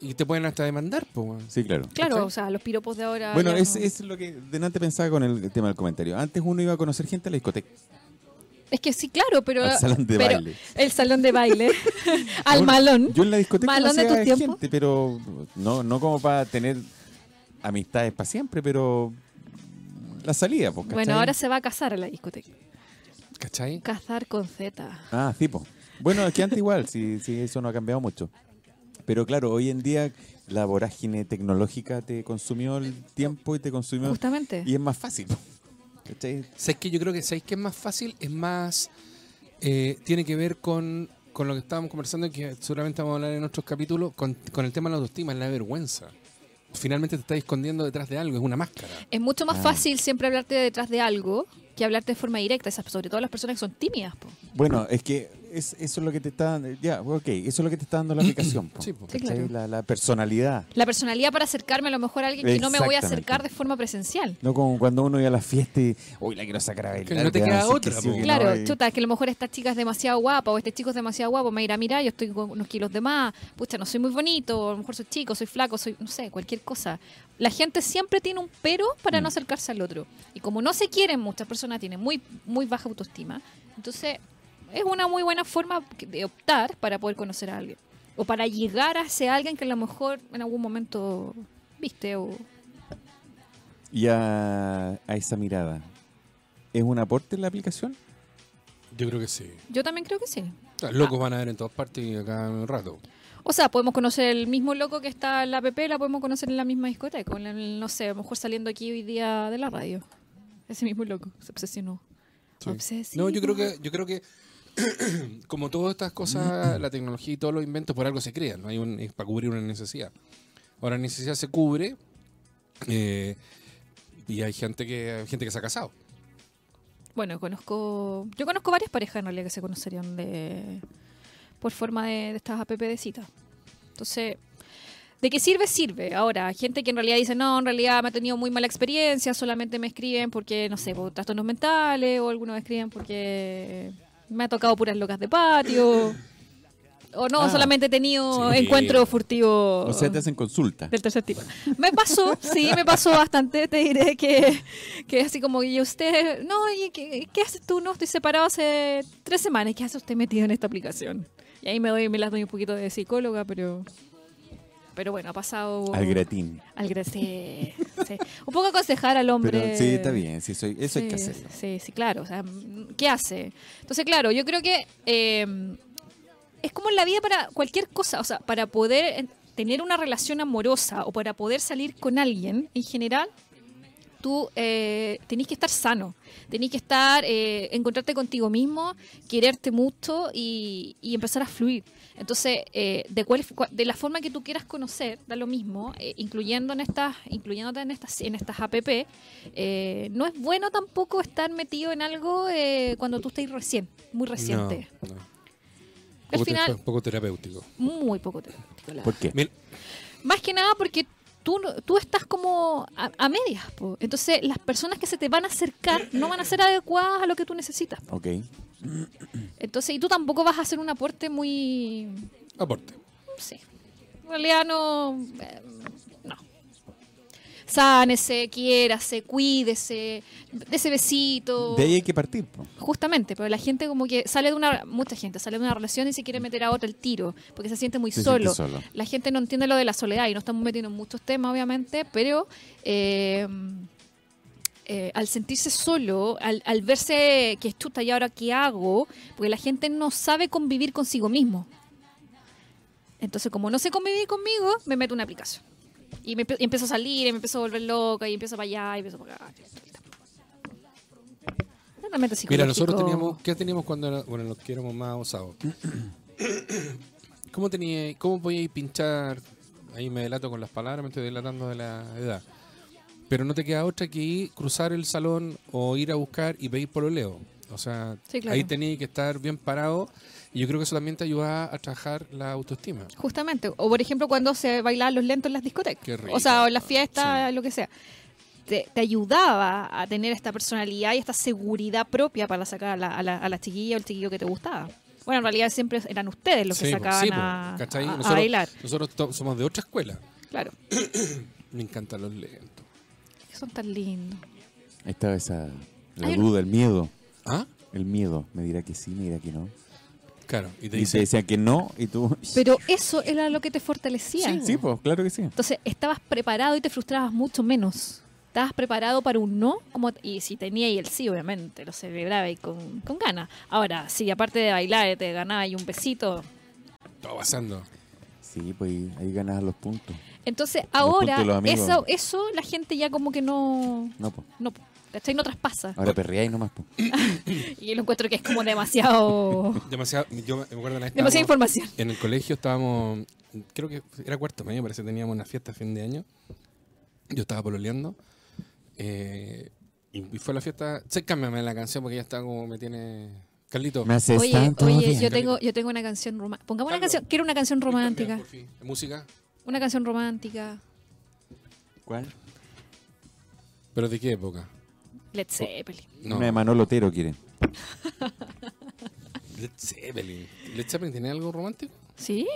y te pueden hasta demandar, po, weón.
Sí, claro.
Claro,
¿Cachai?
o sea, los piropos de ahora.
Bueno,
ya
es,
no-
es lo que delante pensaba con el tema del comentario. Antes uno iba a conocer gente a la discoteca.
Es que sí, claro, pero.
Al salón de
pero-
baile.
El salón de baile. al
Yo-
malón.
Yo en la discoteca
Malón de
conocía
tus tiempos.
gente, pero no, no como para tener amistades para siempre, pero la salida, pues, ¿cachai?
Bueno, ahora se va a casar a la discoteca.
¿Cachai?
Cazar con Z.
Ah, tipo. Bueno, es que antes igual, sí, sí, eso no ha cambiado mucho. Pero claro, hoy en día la vorágine tecnológica te consumió el tiempo y te consumió...
Justamente.
Y es más fácil, pues, ¿cachai?
¿Sabes que Yo creo que ¿sabes qué es más fácil? Es más. eh, tiene que ver con, con lo que estábamos conversando y que seguramente vamos a hablar en otros capítulos, con, con el tema de la autoestima, la vergüenza. Finalmente te estás escondiendo detrás de algo, es una máscara.
Es mucho
Ah.
más fácil siempre hablarte detrás de algo que hablarte de forma directa, esas- sobre todo las personas que son tímidas. po.
Bueno, es que es, eso es lo que te está dando. Ya, ok, eso es lo que te está dando la aplicación. po,
Sí, po.
Sí,
¿cachai?
claro.
la, la personalidad.
La personalidad para acercarme a lo mejor a alguien que no me voy a acercar de forma presencial.
No como cuando uno iba a la fiesta y, uy, la quiero sacar a
Que
bailar.
no te
ya,
queda
sé que
otra,
sí o
po.
que no,
Claro,
y-
chuta, que a lo mejor esta chica es demasiado guapa o este chico es demasiado guapo, me dirá, mira, yo estoy con unos kilos de más, pucha, no soy muy bonito, a lo mejor soy chico, soy flaco, soy, no sé, cualquier cosa. La gente siempre tiene un pero
Mm.
para no acercarse al otro. Y como no se quieren, muchas personas tienen muy, muy baja autoestima. Entonces, es una muy buena forma que- de optar para poder conocer a alguien. O para llegar hacia alguien que a lo mejor en algún momento viste o...
Y a, a esa mirada. ¿Es un aporte en la aplicación?
Yo creo que sí.
Yo también creo que sí.
O sea, locos van a ver en todas partes y acá en un rato.
O sea, podemos conocer el mismo loco que está en la app, la podemos conocer en la misma discoteca, o en el- no sé, a lo mejor saliendo aquí hoy día de la radio. Ese mismo loco, se obsesionó.
Sí.
Obsesivo.
No, yo creo que, yo creo que como todas estas cosas, la tecnología y todos los inventos por algo se crean, ¿no? Hay un, es para cubrir una necesidad. Ahora la necesidad se cubre eh, y hay gente que hay gente que se ha casado.
Bueno, conozco... Yo conozco varias parejas en realidad que se conocerían de... por forma de, de estas app de citas. Entonces, ¿de qué sirve? Sirve. Ahora, hay gente que en realidad dice, no, en realidad me ha tenido muy mala experiencia, solamente me escriben porque, no sé, por trastornos mentales, o algunos escriben porque me ha tocado puras locas de patio, o no,
Ah.
solamente he tenido
Sí.
encuentros furtivos.
O sea, te hacen consulta.
Del tercer tipo. Me pasó, sí, me pasó bastante. Te diré que, que así como, y usted, no, ¿y qué, qué haces tú? No, estoy separado hace tres semanas. ¿Qué hace usted metido en esta aplicación? Y ahí me doy, me las doy un poquito de psicóloga, pero. Pero bueno, ha pasado.
Al gratín.
Al gra- sí, sí. Un poco aconsejar al hombre.
Pero sí, está bien, sí, soy, eso hay que
Sí,
hacerlo.
Sí, sí, claro. O sea, mm, ¿qué hace? Entonces, claro, yo creo que eh, es como en la vida para cualquier cosa. O sea, para poder eh, tener una relación amorosa o para poder salir con alguien en general, tú eh, tenés que estar sano. Tenés que estar, eh, encontrarte contigo mismo, quererte mucho y, y empezar a fluir. Entonces, eh, de, cuál, cua- de la forma que tú quieras conocer, da lo mismo, eh, incluyendo en estas, incluyéndote en estas, en estas app, eh, no es bueno tampoco estar metido en algo eh, cuando tú estás recién, muy reciente.
No, no.
Al
Poco,
final,
poco terapéutico.
muy poco terapéutico. la
¿Por qué?
Mira,
más que nada porque tú, no- tú estás como a, a medias. po. Entonces, las personas que se te van a acercar no van a ser adecuadas a lo que tú necesitas. po.
Ok.
Entonces, y tú tampoco vas a hacer un aporte muy.
aporte.
No sé. En realidad, no. eh, no. Sánese, quiérase, cuídese, dése besito.
De ahí hay que partir. po.
Justamente, pero la gente como que sale de una, mucha gente sale de una relación y se quiere meter a otra el tiro, porque se siente muy
Se siente
solo.
solo.
La gente no entiende lo de la soledad y no estamos metiendo en muchos temas, obviamente, pero eh, eh, al sentirse solo, al, al verse que chuta y ahora qué hago, porque la gente no sabe convivir consigo mismo. Entonces, como no sé convivir conmigo, me meto en una aplicación. Y me empe- y empiezo a salir, y me empiezo a volver loca, y empiezo para allá, y empiezo para acá. Tratamiento
Mira,
psicológico.
nosotros teníamos, ¿qué teníamos cuando era- bueno, los que éramos más osados? ¿Cómo tenía, cómo podíais pinchar? Ahí me delato con las palabras, me estoy delatando de la edad. Pero no te queda otra que ir, cruzar el salón o ir a buscar y pedir pololeo. O sea,
Sí, claro.
ahí tenías que estar bien parado. Y yo creo que eso también te ayudaba a trabajar la autoestima.
Justamente. O por ejemplo, cuando se bailaban los lentos en las discotecas.
Qué rico.
O sea, o en las fiestas, lo que sea. Te, te ayudaba a tener esta personalidad y esta seguridad propia para sacar a la, a la, a la chiquilla o el chiquillo que te gustaba. Bueno, en realidad siempre eran ustedes los que
Sí, po,
sacaban
sí, po,
a,
¿cachai?
a- a
nosotros,
bailar.
Nosotros to- somos de otra escuela.
Claro.
Me encantan los lentos.
Son tan lindos.
Ahí estaba esa. La
Hay una-
duda, el miedo.
¿Ah?
El miedo. Me dirá que sí, me dirá que no.
Claro. Y te
Y te
dice,
decía que no y tú.
Pero eso era lo que te fortalecía.
Sí, sí, pues claro que sí.
Entonces, estabas preparado y te frustrabas mucho menos. Estabas preparado para un no, como y si tenía y el sí, obviamente, lo celebraba y con, con ganas. Ahora, sí, aparte de bailar, eh, te ganaba y un besito.
todo pasando.
Sí, pues ahí- ahí ganas los puntos.
Entonces,
puntos
ahora,
de los amigos.
eso, eso la gente ya como que no.
No, pues.
No, ¿cachai? No traspasa.
Ahora perreáis nomás, pues.
Y lo encuentro que es como demasiado.
Demasiado, yo me acuerdo una vez estábamos-
demasiada información.
En el colegio estábamos, creo que era cuarto medio, parece, teníamos una fiesta a fin de año. Yo estaba pololeando. eh, y, y fue la fiesta. Sé, cámbiame la canción porque ya está como me tiene Carlito.
Me haces
Oye,
tanto
oye,
bien.
yo tengo, yo tengo una canción romántica. Pongamos una
Carlos.
canción. Quiero una canción romántica.
Por fin. Música.
Una canción romántica.
¿Cuál?
¿Pero de qué época?
Led Zeppelin.
No.
Una de Manolo Otero quieren.
pues,
Led Zeppelin. ¿Led Zeppelin tiene algo romántico?
Sí.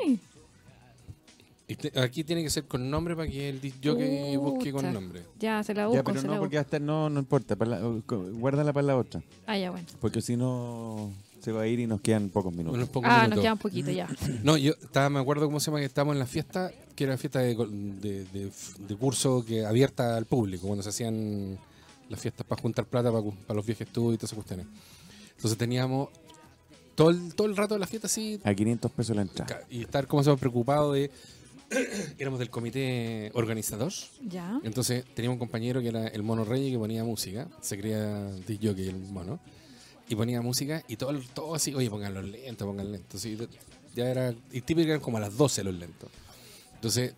Y te- Aquí tiene que ser con nombre para que el disc jockey busque con
Puta.
nombre.
Ya, se la busco,
ya, pero
se
no,
la
porque
busco.
va a estar- no, no importa, para la- guárdala para la otra.
Ah, ya, bueno.
Porque si no, se va a ir y nos quedan pocos minutos.
Unos pocos
Ah, nos
minutos.
queda un poquito ya.
No, yo estaba, me acuerdo cómo se llama que estábamos en la fiesta, que era fiesta de, de- de- de curso que abierta al público, cuando se hacían las fiestas para juntar plata para, cu- para los viajes tú y todas esas cuestiones. Entonces teníamos todo el, todo el rato de la fiesta así
A 500 pesos la entrada.
ca- y estar como se llama, preocupado de... éramos del comité organizador.
Ya.
Entonces teníamos un compañero que era el mono rey que ponía música, se creía disc jockey el mono, y ponía música y todo, todo así, oye, pongan los lentos, pongan lentos. Y ya era, y típico eran como a las 12 los lentos. Entonces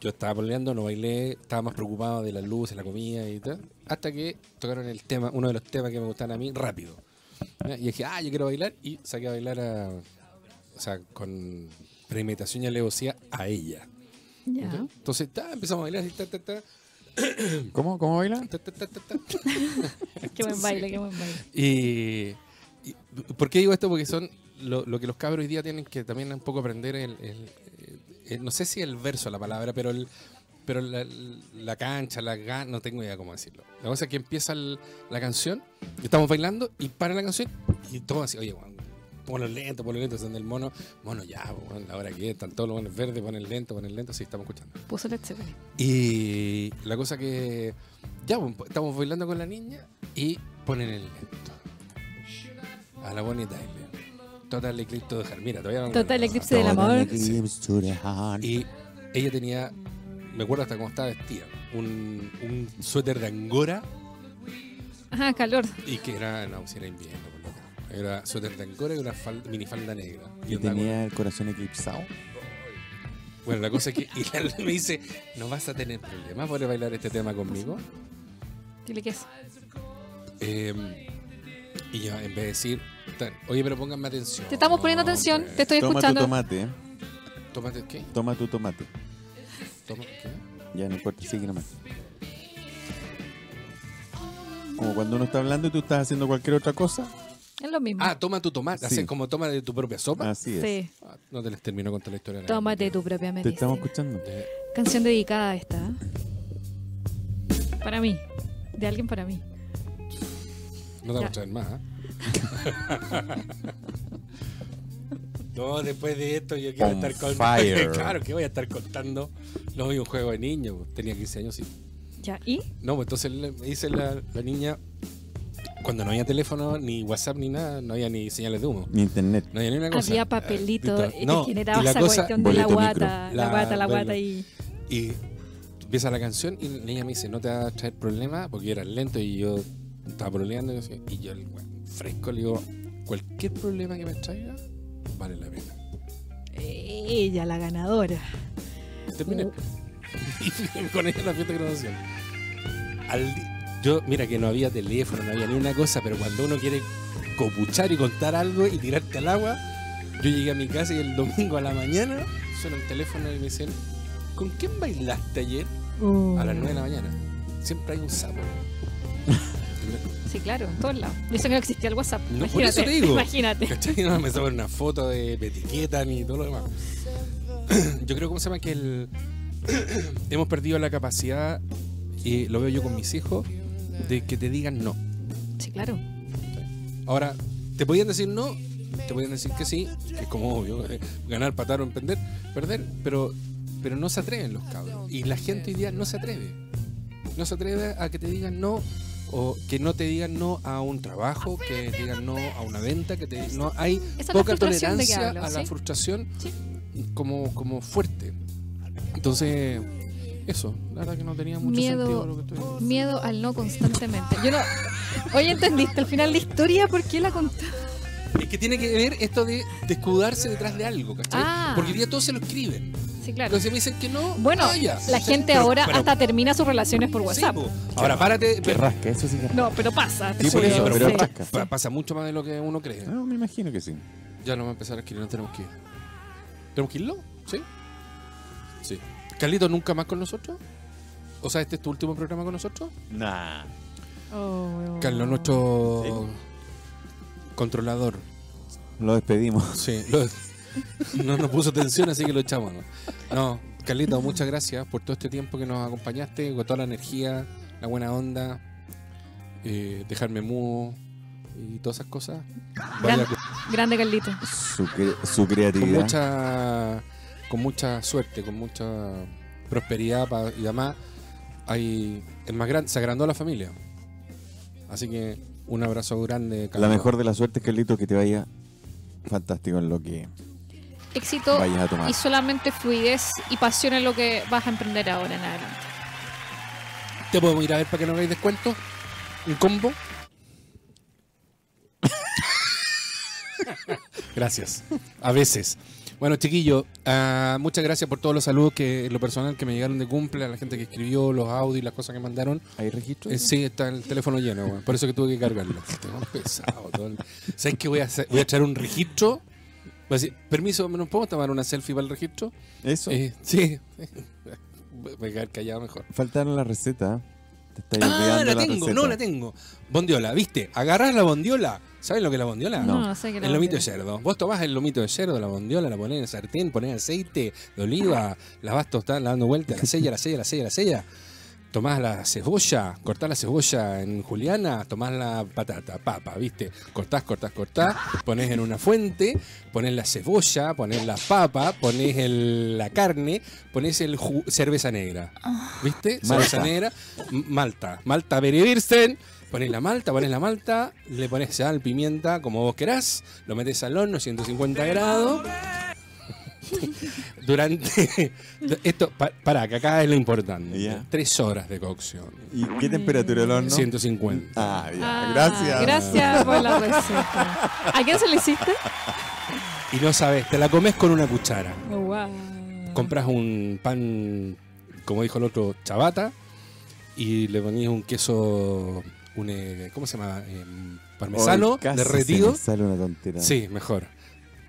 yo estaba peleando, no bailé, estaba más preocupado de las luces, la comida y tal, hasta que tocaron el tema, uno de los temas que me gustaban a mí, rápido. ¿Ya? Y dije, ah, yo quiero bailar, y saqué a bailar a, o sea, con premeditación y alevosía a ella.
Ya.
Entonces, ta, empezamos a bailar, y ta, ta, ta,
¿Cómo? ¿Cómo baila?
Ta, ta, ta, ta, ta.
Qué buen baile, qué buen baile.
Y, y- ¿Por qué digo esto? Porque son lo, lo que los cabros hoy día tienen que también un poco aprender el, el- el- no sé si el verso la palabra, pero el pero la, la cancha, la ga- no tengo idea cómo decirlo. La cosa es que empieza el- la canción, y estamos bailando y para la canción y todo así, oye, weón, ponlo lento, ponlo lento, son del mono, mono ya, weón, ahora que están todos los buenos verdes, ponen lento, ponen lento, sí, estamos escuchando.
Puso Led Zeppelin.
Y la cosa que. Ya, pues, estamos bailando con la niña y ponen el lento. A la Bonnie Tyler. Total Eclipse de Heart. Mira, todavía no-
Total Eclipse del
Don't
amor.
make leaves to the heart.
Y ella tenía. Me acuerdo hasta cómo estaba vestida. Un, un suéter de angora
Ajá, calor.
y que era. No, si era invierno, por loco. Era suéter de angora y una falda, minifalda negra.
Y
andaba con-
tenía el corazón eclipsado.
Bueno, la cosa es que. Y la- me dice: No vas a tener problemas por bailar este tema conmigo.
Dile que es.
Eh, y yo, en vez de decir, tan- oye, pero pónganme atención.
Te estamos poniendo atención, te
hombre.
estoy
Toma tu
escuchando.
tomate, ¿eh?
Tómate, ¿qué?
Toma tu tomate.
Toma- ¿qué?
Ya, no importa, sigue nomás. Como cuando uno está hablando y tú estás haciendo cualquier otra cosa.
Es lo mismo.
Ah, toma tu tomate.
Sí.
Haces como toma de tu propia sopa.
Así es.
sí.
Ah, No te les termino de contar la historia.
Tómate tu propia
Te
medicina.
estamos escuchando.
Eh,
Canción dedicada a esta. ¿eh? Para mí. De alguien para mí.
No te voy
Ya.
a traer más. ¿ah? no, después de esto yo quiero
On
estar con...
fire.
claro, que voy a estar contando. No vi un juego de niño. pues, Tenía 15 años y
Ya. ¿Y?
No, pues entonces le- me dice la, la niña, cuando no había teléfono, ni WhatsApp, ni nada, no había ni señales de humo.
Mi internet.
No había ni una cosa.
Había papelito
Ah,
que
No, y
generaba
la
esa
cosa,
cuestión de la
Boleto
guata,
micro.
la,
La-
guata, la guata
bueno.
y
y empieza la canción y la niña me dice, no te va a traer problema, porque yo era lento y yo estaba problemando y, yo decía- y yo, el weón fresco, le digo, cualquier problema que me traiga, vale la pena.
ella la ganadora.
Terminé. Y con ella la fiesta de graduación. Al di- yo, mira que no había teléfono, no había ni una cosa, pero cuando uno quiere copuchar y contar algo y tirarte al agua, yo llegué a mi casa y el domingo a la mañana suena el teléfono y me dicen, ¿con quién bailaste ayer? A
Uh.
las 9 de la mañana. Siempre hay un sapo.
Sí, claro, en todos lados. Dicen que no existía el WhatsApp.
No,
imagínate,
por eso te digo.
Imagínate.
¿Cachai? No me saben una foto de etiqueta ni todo lo demás. Yo creo, ¿cómo se llama? Que el... hemos perdido la capacidad, y lo veo yo con mis hijos, de que te digan no.
Sí, claro.
Ahora, te podían decir no, te podían decir que sí, que es como obvio, eh, ganar, patar o emprender, perder, pero, pero no se atreven los cabros. Y la gente hoy día no se atreve. No se atreve a que te digan no, o que no te digan no a un trabajo, que te digan no a una venta, que te no hay
Esa es la
poca
frustración de que
tolerancia
hablo,
a la
¿sí?
frustración
Sí.
como, como fuerte. Entonces, eso, la verdad que no tenía mucho
Miedo.
sentido lo que estoy diciendo.
Miedo al no constantemente. Yo no. Hoy entendiste al final la historia, ¿por qué la contaste?
Es que tiene que ver esto de, de escudarse detrás de algo, ¿cachai?
Ah.
Porque hoy día todos se lo escriben.
Sí, claro.
Pero si me dicen que no,
Bueno,
ah, ya.
la
Sí,
gente
pero-
ahora
pero-
hasta termina sus relaciones por
sí,
WhatsApp.
po. Ahora, párate.
Que
pero-
rasca, eso sí que rasca.
no, pero pasa. te
Sí, por
juro.
eso, pero
Sí.
rasca.
pa- pasa mucho más de lo que uno cree.
No, me imagino que sí.
Ya lo va a empezar a escribir, no tenemos que ir. ¿Tenemos que irlo? ¿Sí? Sí. ¿Carlito nunca más con nosotros? O sea, ¿este es tu último programa con nosotros?
Nah.
Oh,
Carlos, nuestro controlador.
Lo despedimos.
Sí, lo- no nos puso atención, así que lo echamos. No, no Carlito, muchas gracias por todo este tiempo que nos acompañaste, con toda la energía, la buena onda, eh, dejarme mudo y todas esas cosas. Vaya, con-
Grande Carlito.
Su, cre- su
con
creatividad.
mucha con mucha suerte, con mucha prosperidad pa- y además hay es más grande, se agrandó la familia. Así que un abrazo grande.
La
Carlos.
mejor de las suertes, Carlito, que te vaya fantástico en lo que
Éxito
vayas a tomar.
y solamente fluidez y pasión es lo que vas a emprender ahora en adelante.
te podemos ir a ver para que no hagáis descuento. Un combo. gracias. A veces. Bueno, chiquillo, ah, muchas gracias por todos los saludos que en lo personal que me llegaron de cumple, a la gente que escribió, los audios y las cosas que mandaron.
¿Hay registro?
Eh, sí, está el teléfono lleno, weón. Por eso que tuve que cargarlo. Este, weón, pesado. todo el- ¿Sabes qué? Voy a, hacer? voy a echar un registro. Voy a decir, permiso, ¿nos podemos tomar una selfie para el registro?
Eso.
Eh, sí. Voy a quedar callado mejor.
Faltaron la receta. Te estás
Ah,
olvidando
la tengo,
receta.
no la tengo. Bondiola, ¿viste? Agarras la bondiola. ¿Sabes lo que es la bondiola?
No.
sé qué
El lomito de cerdo. Vos tomás el lomito de cerdo, la bondiola, la ponés en el sartén, ponés aceite de oliva, la vas tostando, la dando vuelta, la sella, la sella, la sella, la sella. Tomás la cebolla, cortás la cebolla en juliana, tomás la patata, papa, ¿viste? Cortás, cortás, cortás, ponés en una fuente, ponés la cebolla, ponés la papa, ponés el- la carne, ponés el ju- cerveza negra, ¿viste? Cerveza
Malta.
negra, m- malta, malta berevirsten, ponés la malta, ponés la malta, le ponés sal, pimienta, como vos querás, lo metes al horno, 150 grados durante esto pa- para que acá es lo importante
Ya.
tres horas de cocción
¿Y qué temperatura el horno?
150
Ah, ya.
Ah,
gracias.
Gracias por la receta. ¿A quién se le hiciste?
y no sabes te la comes con una cuchara
Oh, wow.
compras un pan como dijo el otro chabata y le ponías un queso un eh, cómo se llama Em, parmesano
Hoy casi
derretido
se me sale una tontera.
Sí, mejor.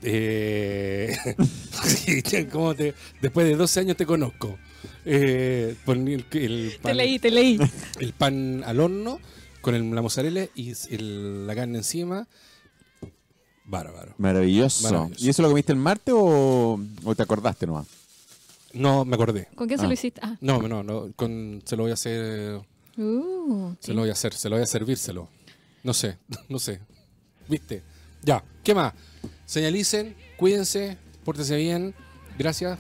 Eh, sí, ¿cómo te- después de 12 años te conozco. Eh, poní el, el
Te
pan,
leí, te leí.
el pan al horno con el- la mozzarella y s- el- la carne encima. Bárbaro.
Maravilloso.
Maravilloso.
¿Y eso lo comiste el martes o, o te acordaste nomás?
No, me acordé.
¿Con quién se
Ah.
lo hiciste? Ah.
No, no, no. con- se lo voy a hacer.
Uh,
Se lo voy a hacer, se lo voy a servírselo. No sé, no sé. ¿Viste? Ya, ¿qué más? Señalicen, cuídense, pórtense bien. Gracias.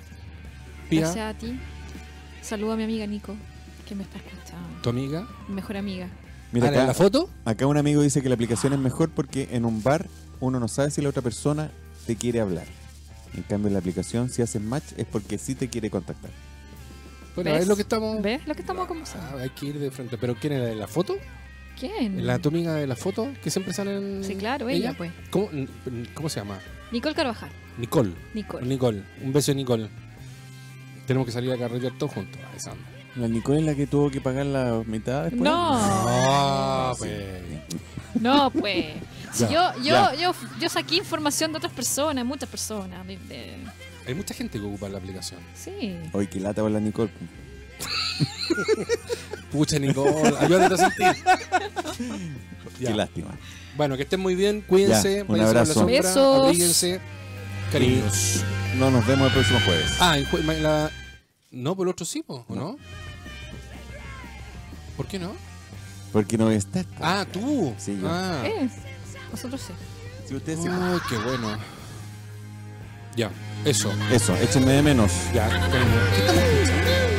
Pía.
gracias a ti. Saludo a mi amiga Nico, que me está escuchando.
tu amiga.
Mi Mejor amiga.
Mira
Ah, ¿la-
acá,
la foto.
acá un amigo dice que la aplicación es mejor porque en un bar uno no sabe si la otra persona te quiere hablar. En cambio, en la aplicación, si haces match, es porque sí te quiere contactar.
Bueno,
¿Ves?
es lo que estamos.
¿Ves lo que estamos
Ah,
conversando?
hay que ir de frente. ¿Pero quién era? ¿La foto?
¿Quién?
¿La tu amiga de la foto? Que siempre sale en.
Mm. Sí, claro, ella, pues.
¿Cómo, n- n- cómo se llama?
Nicole Carvajal.
Nicole.
Nicole.
Nicole. Un beso, Nicole. Tenemos que salir a carretear todos juntos. Ah, Ay, Sam.
¿La Nicole es la que tuvo que pagar la mitad después?
No,
Ah, pues.
no, pues. Si
Ya,
yo, yo, yo, yo saqué información de otras personas, muchas personas. de- de-
Hay mucha gente que ocupa la aplicación.
Sí.
Oye, qué lata con la Nicole.
Pucha, Nicole. Ayúdate a sentir. Ya.
Qué lástima.
Bueno, que estén muy bien. Cuídense.
Ya,
váyanse
un
por la
abrazo.
sombra,
Besos.
abríguense. Cariños.
No, nos vemos el próximo jueves.
Ah, en jue- ma- la... No, por el otro sí, po, ¿o no? ¿Por qué no?
Porque no está.
Ah, tú.
Sí, yo.
Ah.
Eh, Nosotros sí.
Si ustedes se-
Uy, qué bueno. Ya, eso.
Eso, échenme de menos.
Ya, cariño.
Chao.